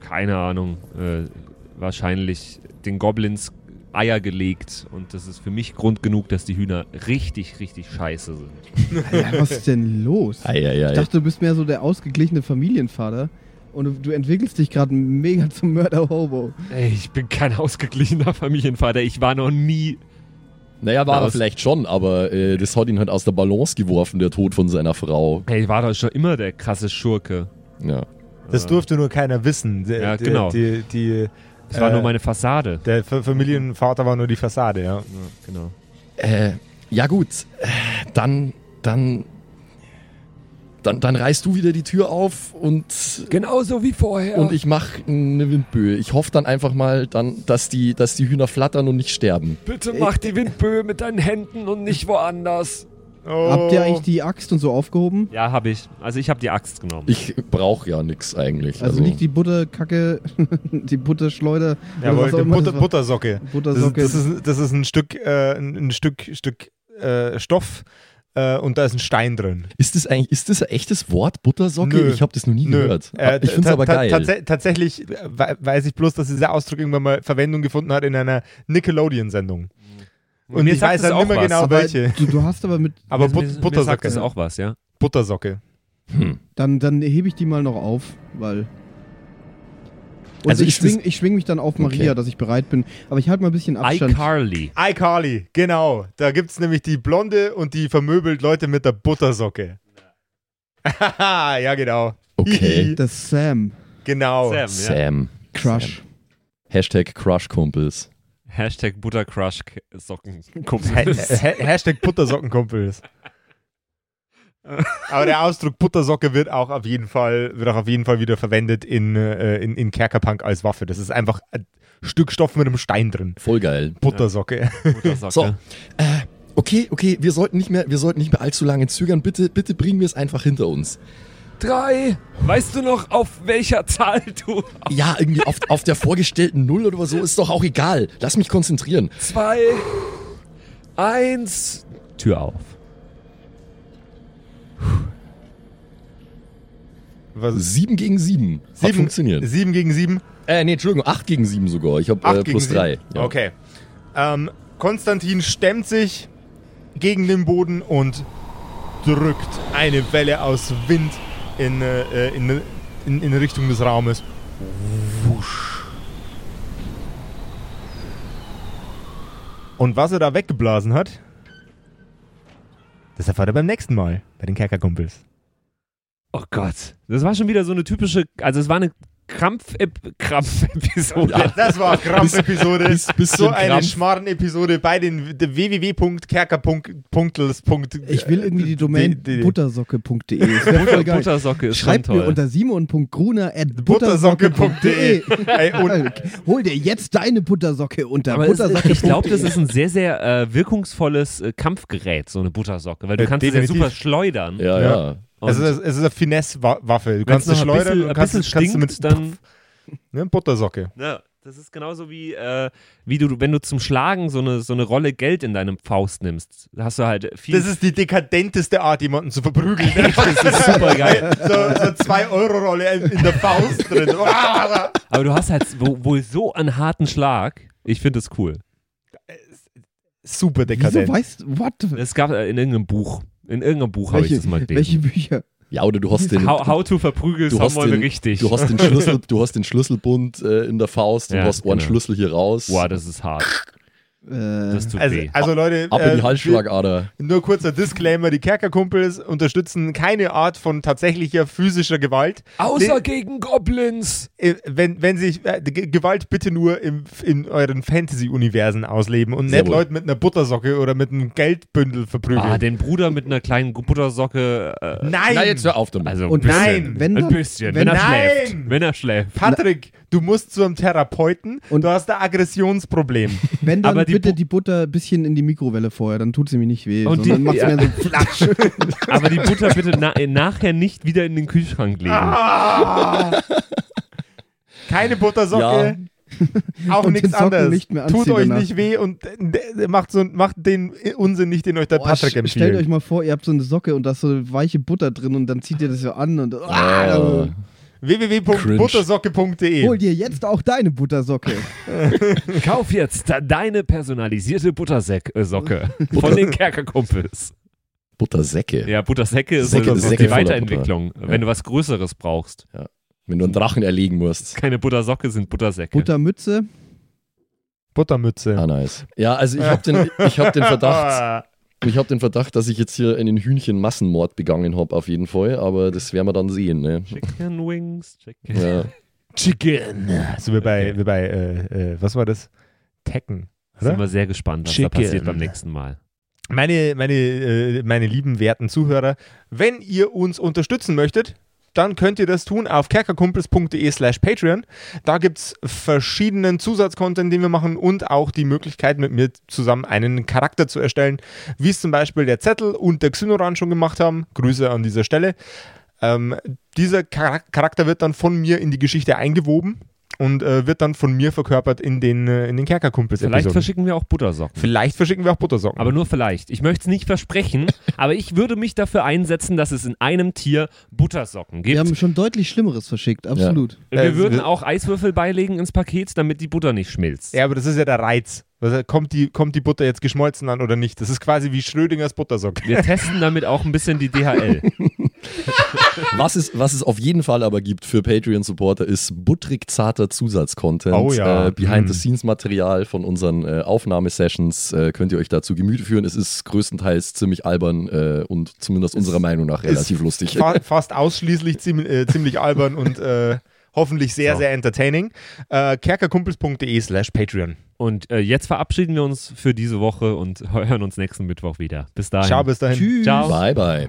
[SPEAKER 6] Keine Ahnung. Äh, wahrscheinlich den Goblins Eier gelegt. Und das ist für mich Grund genug, dass die Hühner richtig, richtig scheiße sind.
[SPEAKER 12] Alter, was ist denn los?
[SPEAKER 4] Eieiei.
[SPEAKER 12] Ich dachte, du bist mehr so der ausgeglichene Familienvater und du, du entwickelst dich gerade mega zum Mörder-Hobo.
[SPEAKER 6] Ey, ich bin kein ausgeglichener Familienvater. Ich war noch nie.
[SPEAKER 4] Naja, war
[SPEAKER 6] Na,
[SPEAKER 4] er
[SPEAKER 6] was-
[SPEAKER 4] vielleicht schon, aber äh, das hat ihn halt aus der Balance geworfen, der Tod von seiner Frau.
[SPEAKER 6] Ey, ich war doch schon immer der krasse Schurke.
[SPEAKER 4] Ja.
[SPEAKER 1] Das
[SPEAKER 6] Äh,
[SPEAKER 1] durfte nur keiner wissen. Die-
[SPEAKER 6] Ja,
[SPEAKER 1] die-
[SPEAKER 6] genau.
[SPEAKER 1] Die, die,
[SPEAKER 6] Das war
[SPEAKER 1] äh,
[SPEAKER 6] nur meine Fassade.
[SPEAKER 1] der Fa- Familienvater war nur die Fassade, ja.
[SPEAKER 6] Ja, genau.
[SPEAKER 4] Äh, ja gut, äh, dann, dann Dann, dann reißt du wieder die Tür auf und,
[SPEAKER 2] Genauso wie vorher.
[SPEAKER 4] und ich mache eine Windböe. Ich hoffe dann einfach mal, dann, dass, die, dass die Hühner flattern und nicht sterben.
[SPEAKER 2] Bitte mach die Windböe mit deinen Händen und nicht woanders.
[SPEAKER 12] Habt ihr
[SPEAKER 1] Oh.
[SPEAKER 12] eigentlich die Axt und so aufgehoben?
[SPEAKER 6] Ja, habe ich. Also ich habe die Axt genommen.
[SPEAKER 4] Ich brauche ja nichts eigentlich.
[SPEAKER 12] Also, liegt die Butterkacke, [laughs] die Butterschleuder.
[SPEAKER 1] Jawohl,
[SPEAKER 12] was auch
[SPEAKER 1] die
[SPEAKER 12] immer
[SPEAKER 1] Butter,
[SPEAKER 12] das war.
[SPEAKER 1] Buttersocke. Das, ist-
[SPEAKER 12] Buttersocke.
[SPEAKER 1] das, ist, das ist ein Stück, äh, ein ein Stück, Stück äh, Stoff äh, und da ist ein Stein drin.
[SPEAKER 4] Ist das eigentlich, ist das ein echtes Wort, Buttersocke?
[SPEAKER 1] Nö.
[SPEAKER 4] Ich habe das noch nie gehört.
[SPEAKER 1] Äh,
[SPEAKER 4] ich finde
[SPEAKER 1] ta-
[SPEAKER 4] es aber
[SPEAKER 1] ta-
[SPEAKER 4] geil.
[SPEAKER 1] tatsä- tatsächlich we- weiß ich bloß, dass dieser Ausdruck irgendwann mal Verwendung gefunden hat in einer Nickelodeon-Sendung. Und,
[SPEAKER 6] mir
[SPEAKER 1] ich
[SPEAKER 6] sagt
[SPEAKER 1] weiß
[SPEAKER 6] das
[SPEAKER 1] dann
[SPEAKER 6] auch
[SPEAKER 1] immer
[SPEAKER 6] was,
[SPEAKER 1] genau
[SPEAKER 12] aber
[SPEAKER 1] welche.
[SPEAKER 12] du, du hast aber mit.
[SPEAKER 1] Aber
[SPEAKER 6] Mir- mir-
[SPEAKER 1] But
[SPEAKER 6] mir sagt
[SPEAKER 1] Buttersocke.
[SPEAKER 6] das auch was, ja.
[SPEAKER 1] Buttersocke.
[SPEAKER 4] Hm.
[SPEAKER 12] Dann, dann hebe ich die mal noch auf, weil. Und
[SPEAKER 4] Also
[SPEAKER 12] also ich
[SPEAKER 4] ist das-
[SPEAKER 12] schwing, ich schwing mich dann auf Maria,
[SPEAKER 4] Okay.
[SPEAKER 12] dass ich bereit bin. Aber ich halte mal ein bisschen Abstand.
[SPEAKER 6] iCarly.
[SPEAKER 1] iCarly, genau. Da gibt es nämlich die Blonde und die vermöbelt Leute mit der Buttersocke. [laughs] Haha, ja, genau.
[SPEAKER 4] Okay.
[SPEAKER 12] Das Sam
[SPEAKER 1] Genau.
[SPEAKER 6] Sam, ja.
[SPEAKER 4] Sam.
[SPEAKER 12] Crush.
[SPEAKER 4] Hashtag Crush-Kumpels.
[SPEAKER 6] Hashtag Buttercrush Socken. [laughs]
[SPEAKER 1] Ha- ha- Hashtag Buttersockenkumpels. [laughs] Aber der Ausdruck Buttersocke wird auch auf jeden Fall, wird auch auf jeden Fall wieder verwendet in, äh, in, in Kerkerpunk als Waffe. Das ist einfach ein Stück Stoff mit einem Stein drin.
[SPEAKER 4] Voll geil.
[SPEAKER 1] Buttersocke.
[SPEAKER 6] Buttersocke.
[SPEAKER 4] So. Äh, okay, okay, wir sollten nicht mehr, wir sollten nicht mehr allzu lange zögern. Bitte, bitte bringen wir es einfach hinter uns.
[SPEAKER 2] Drei. Weißt du noch, auf welcher Zahl du?
[SPEAKER 4] Ja, irgendwie auf, auf der vorgestellten Null oder so ist doch auch egal. Lass mich konzentrieren.
[SPEAKER 2] Zwei. Eins.
[SPEAKER 6] Tür auf.
[SPEAKER 1] Was?
[SPEAKER 4] Sieben gegen sieben. Hat funktioniert.
[SPEAKER 1] Sieben gegen sieben.
[SPEAKER 4] Äh, nee, Entschuldigung, acht gegen sieben sogar. Ich habe
[SPEAKER 1] Acht
[SPEAKER 4] äh,
[SPEAKER 1] gegen
[SPEAKER 4] plus
[SPEAKER 1] sieben.
[SPEAKER 4] drei. Ja.
[SPEAKER 1] Okay. Ähm, Konstantin stemmt sich gegen den Boden und drückt eine Welle aus Wind in, äh, in, in, in Richtung des Raumes. Wusch. Und was er da weggeblasen hat, das erfahrt er beim nächsten Mal bei den Kerkerkumpels.
[SPEAKER 6] Oh Gott. Das war schon wieder so eine typische, also es war eine Krampf-Ep- Krampf-Episode.
[SPEAKER 1] Das war Krampf-Episode.
[SPEAKER 4] Bis, bisschen
[SPEAKER 1] So eine
[SPEAKER 4] Krampf.
[SPEAKER 1] Schmarren-Episode bei den www.kerker.punktels.
[SPEAKER 12] Ich will irgendwie die Domain
[SPEAKER 1] Äh, Die- die-
[SPEAKER 12] buttersocke.de. Das wäre voll geil.
[SPEAKER 6] Buttersocke ist
[SPEAKER 12] Schreibt
[SPEAKER 6] schon toll.
[SPEAKER 12] mir unter
[SPEAKER 1] e.
[SPEAKER 12] simon.gruner.buttersocke.de.
[SPEAKER 1] Ey,
[SPEAKER 12] e.
[SPEAKER 1] und
[SPEAKER 12] Hol dir jetzt deine Buttersocke unter
[SPEAKER 6] aber es ist,
[SPEAKER 12] buttersocke.de.
[SPEAKER 6] ich glaube, das ist ein sehr, sehr äh, wirkungsvolles äh, Kampfgerät, so eine Buttersocke, weil du
[SPEAKER 1] Äh,
[SPEAKER 6] kannst es ja
[SPEAKER 1] definitiv.
[SPEAKER 6] super schleudern.
[SPEAKER 4] Ja, ja.
[SPEAKER 6] Und
[SPEAKER 1] es, ist, also, es ist eine Finesse-Waffe. Du kannst
[SPEAKER 6] noch
[SPEAKER 1] es
[SPEAKER 6] ein
[SPEAKER 1] schleudern
[SPEAKER 6] bisschen-
[SPEAKER 1] und
[SPEAKER 6] ein
[SPEAKER 1] kannst,
[SPEAKER 6] bisschen
[SPEAKER 1] kannst du mit
[SPEAKER 6] stinkt, dann-
[SPEAKER 1] ne, Buttersocke.
[SPEAKER 6] Ja, das ist genauso wie, äh, wie du, wenn du zum Schlagen so eine, so eine Rolle Geld in deinem Faust nimmst. Da hast du halt viel. [laughs]
[SPEAKER 1] Das ist die dekadenteste Art, jemanden zu verprügeln. [laughs]
[SPEAKER 6] super geil.
[SPEAKER 1] so so 2-Euro-Rolle in, in der Faust
[SPEAKER 6] [laughs]
[SPEAKER 1] drin.
[SPEAKER 6] Aber du hast halt wohl, wohl so einen harten Schlag. Ich finde das cool.
[SPEAKER 1] Super
[SPEAKER 12] Wieso
[SPEAKER 1] dekadent.
[SPEAKER 12] weißt du, what?
[SPEAKER 6] Es gab äh, in irgendeinem Buch. In irgendeinem Buch habe ich
[SPEAKER 12] Welche-
[SPEAKER 6] das mal gelesen.
[SPEAKER 12] Welche Bücher?
[SPEAKER 4] Ja, oder du hast den.
[SPEAKER 6] How, how to verprügeln
[SPEAKER 4] Du hast,
[SPEAKER 6] someone
[SPEAKER 4] den,
[SPEAKER 6] richtig.
[SPEAKER 4] du
[SPEAKER 6] [laughs]
[SPEAKER 4] hast den Schlüssel, du hast den Schlüsselbund äh, in der Faust und
[SPEAKER 6] Ja,
[SPEAKER 4] du hast einen
[SPEAKER 6] genau.
[SPEAKER 4] Schlüssel hier raus.
[SPEAKER 6] Boah, das ist hart.
[SPEAKER 12] Äh,
[SPEAKER 6] Das tut
[SPEAKER 1] Also,
[SPEAKER 6] weh.
[SPEAKER 1] also Leute,
[SPEAKER 4] Ab in die
[SPEAKER 1] äh,
[SPEAKER 4] Halsschlagader.
[SPEAKER 1] Nur kurzer Disclaimer, die Kerkerkumpels unterstützen keine Art von tatsächlicher physischer Gewalt.
[SPEAKER 2] Außer
[SPEAKER 1] Nee.
[SPEAKER 2] gegen Goblins.
[SPEAKER 1] Äh, Wenn, wenn sich äh, G- Gewalt bitte nur im, in euren Fantasy-Universen ausleben und
[SPEAKER 4] Sehr
[SPEAKER 1] nicht
[SPEAKER 4] wohl.
[SPEAKER 1] Leute mit einer Buttersocke oder mit einem Geldbündel verprügeln.
[SPEAKER 6] Ah, den Bruder mit einer kleinen Buttersocke. Äh,
[SPEAKER 1] nein!
[SPEAKER 4] Na, jetzt hör auf damit.
[SPEAKER 6] also ein
[SPEAKER 12] Und
[SPEAKER 6] bisschen.
[SPEAKER 1] nein,
[SPEAKER 12] wenn
[SPEAKER 6] Ein
[SPEAKER 12] dann,
[SPEAKER 6] bisschen, wenn,
[SPEAKER 12] wenn-
[SPEAKER 6] er
[SPEAKER 1] Nein!
[SPEAKER 6] schläft. Wenn er schläft.
[SPEAKER 1] Patrick, du musst zu einem Therapeuten und
[SPEAKER 12] Und-
[SPEAKER 1] du hast ein Aggressionsproblem.
[SPEAKER 12] wenn dann
[SPEAKER 6] aber die
[SPEAKER 12] bitte
[SPEAKER 6] Bu-
[SPEAKER 12] die Butter ein bisschen in die Mikrowelle vorher, dann tut sie mir nicht weh.
[SPEAKER 6] Und
[SPEAKER 12] sondern
[SPEAKER 6] die-
[SPEAKER 12] macht's
[SPEAKER 6] ja.
[SPEAKER 12] mir
[SPEAKER 6] [laughs]
[SPEAKER 12] so flatsch.
[SPEAKER 6] Aber die Butter bitte na äh, nachher nicht wieder in den Kühlschrank legen.
[SPEAKER 1] Keine Buttersocke. [laughs] Auch
[SPEAKER 12] Und
[SPEAKER 1] nichts
[SPEAKER 12] den Socken
[SPEAKER 1] anderes.
[SPEAKER 12] nicht mehr
[SPEAKER 1] Tut
[SPEAKER 12] anziehen
[SPEAKER 1] euch
[SPEAKER 12] danach.
[SPEAKER 1] nicht weh und äh, d- macht, so, macht den Unsinn nicht, den euch der
[SPEAKER 12] Boah,
[SPEAKER 1] Patrick
[SPEAKER 12] sch- Stellt euch
[SPEAKER 1] empfiehlt.
[SPEAKER 12] mal vor, ihr habt so eine Socke und da ist so weiche Butter drin und dann zieht ihr das so an und
[SPEAKER 4] Ah.
[SPEAKER 12] ah, hol
[SPEAKER 1] www.buttersocke.de
[SPEAKER 12] dir jetzt auch deine Buttersocke.
[SPEAKER 6] Kauf jetzt da- deine personalisierte Buttersäck- äh, Socke von den Kerkerkumpels.
[SPEAKER 4] Buttersäcke.
[SPEAKER 6] Ja, Buttersäcke ist
[SPEAKER 4] Säcke-
[SPEAKER 6] so
[SPEAKER 4] Säcke
[SPEAKER 6] die
[SPEAKER 4] voller
[SPEAKER 6] Weiterentwicklung. Wenn du was Größeres brauchst.
[SPEAKER 4] Wenn du einen Drachen erlegen musst.
[SPEAKER 6] Keine Buttersocke sind Buttersäcke.
[SPEAKER 12] Buttermütze.
[SPEAKER 1] Buttermütze.
[SPEAKER 4] Ah, nice. Ja, also ich habe den, ich hab den Verdacht, [laughs] ich habe den Verdacht, dass ich jetzt hier einen Hühnchenmassenmord begangen habe, auf jeden Fall. Aber das werden wir dann sehen. Ne?
[SPEAKER 6] Chicken Wings, Chicken.
[SPEAKER 4] [laughs] Ja.
[SPEAKER 1] So wie bei, wie bei äh, äh, was war das? Tekken.
[SPEAKER 6] Sind wir sehr gespannt, was
[SPEAKER 1] Chicken.
[SPEAKER 6] da passiert beim nächsten Mal.
[SPEAKER 1] meine, meine, äh, meine lieben werten Zuhörer, wenn ihr uns unterstützen möchtet, dann könnt ihr das tun auf kerkerkumpels.de slash Patreon. Da gibt es verschiedenen Zusatzcontent, den wir machen und auch die Möglichkeit, mit mir zusammen einen Charakter zu erstellen, wie es zum Beispiel der Zettel und der Xynoran schon gemacht haben. Grüße an dieser Stelle. Ähm, dieser Charak- Charakter wird dann von mir in die Geschichte eingewoben und äh, wird dann von mir verkörpert in den, äh, in den Kerkerkumpels.
[SPEAKER 6] Vielleicht verschicken wir auch Buttersocken.
[SPEAKER 1] Vielleicht verschicken wir auch Buttersocken.
[SPEAKER 6] Aber nur vielleicht. Ich möchte es nicht versprechen, aber ich würde mich dafür einsetzen, dass es in einem Tier Buttersocken gibt.
[SPEAKER 12] Wir haben schon deutlich Schlimmeres verschickt, absolut.
[SPEAKER 6] Wir
[SPEAKER 1] Äh,
[SPEAKER 6] würden
[SPEAKER 1] wir-
[SPEAKER 6] auch Eiswürfel beilegen ins Paket, damit die Butter nicht schmilzt.
[SPEAKER 1] Ja, aber das ist ja der Reiz. Also kommt, die, kommt die Butter jetzt geschmolzen an oder nicht? Das ist quasi wie Schrödingers Buttersock. [laughs]
[SPEAKER 6] Wir testen damit auch ein bisschen die DHL.
[SPEAKER 4] Was es, was es auf jeden Fall aber gibt für Patreon-Supporter ist butterig zarter Zusatzcontent.
[SPEAKER 1] Oh ja.
[SPEAKER 4] Äh,
[SPEAKER 1] Mm.
[SPEAKER 4] Behind-the-Scenes-Material von unseren äh, Aufnahmesessions äh, könnt ihr euch dazu Gemüte führen. Es ist größtenteils ziemlich albern äh, und zumindest unserer Meinung nach relativ lustig.
[SPEAKER 1] Fa fast ausschließlich ziemlich, äh, ziemlich albern und äh, hoffentlich sehr, sehr entertaining. Äh, kerkerkumpels.de slash Patreon.
[SPEAKER 6] Und äh, jetzt verabschieden wir uns für diese Woche und hören uns nächsten Mittwoch wieder. Bis dahin.
[SPEAKER 1] Ciao, bis dahin.
[SPEAKER 12] Tschüss.
[SPEAKER 6] Ciao.
[SPEAKER 4] Bye, bye.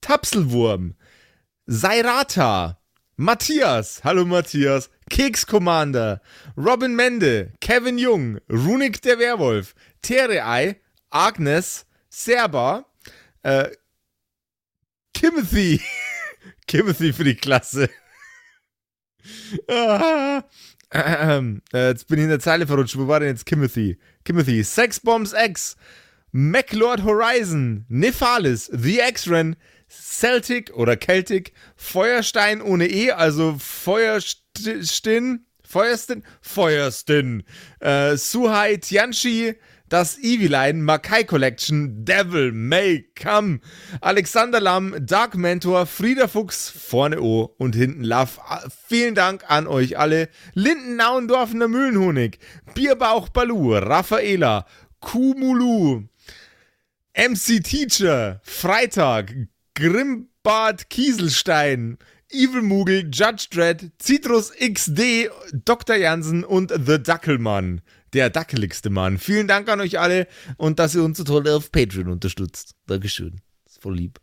[SPEAKER 1] Tapselwurm, Seirata, Matthias, hallo Matthias, Keks Commander, Robin Mende, Kevin Jung, Runik der Werwolf, Terei, Agnes, Serba, äh, Timothy, [laughs] Timothy für die Klasse. [laughs] ah, ähm, äh, jetzt bin ich in der Zeile verrutscht. Wo war denn jetzt Timothy? Timothy, Sexbombs X, MacLord Horizon, Nephalis, The X-Ren, Celtic oder Celtic, Feuerstein ohne E, also Feuerstin, Feuerstin, Feuerstin, äh, Suhai Tianchi, das Eviline, Makai Collection, Devil May Come, Alexander Lamm, Dark Mentor, Frieda Fuchs, vorne O und hinten Love. Ah, Vielen Dank an euch alle. Lindennauendorfener Mühlenhonig, Bierbauch Balu, Raffaela, Kumulu, MC Teacher, Freitag, Grimbart Kieselstein, Evil Mugel, Judge Dredd, Citrus XD, Dr. Jansen und The Dackelmann. Der dackeligste Mann. Vielen Dank an euch alle und dass ihr uns so toll auf Patreon unterstützt. Dankeschön. Ist voll lieb.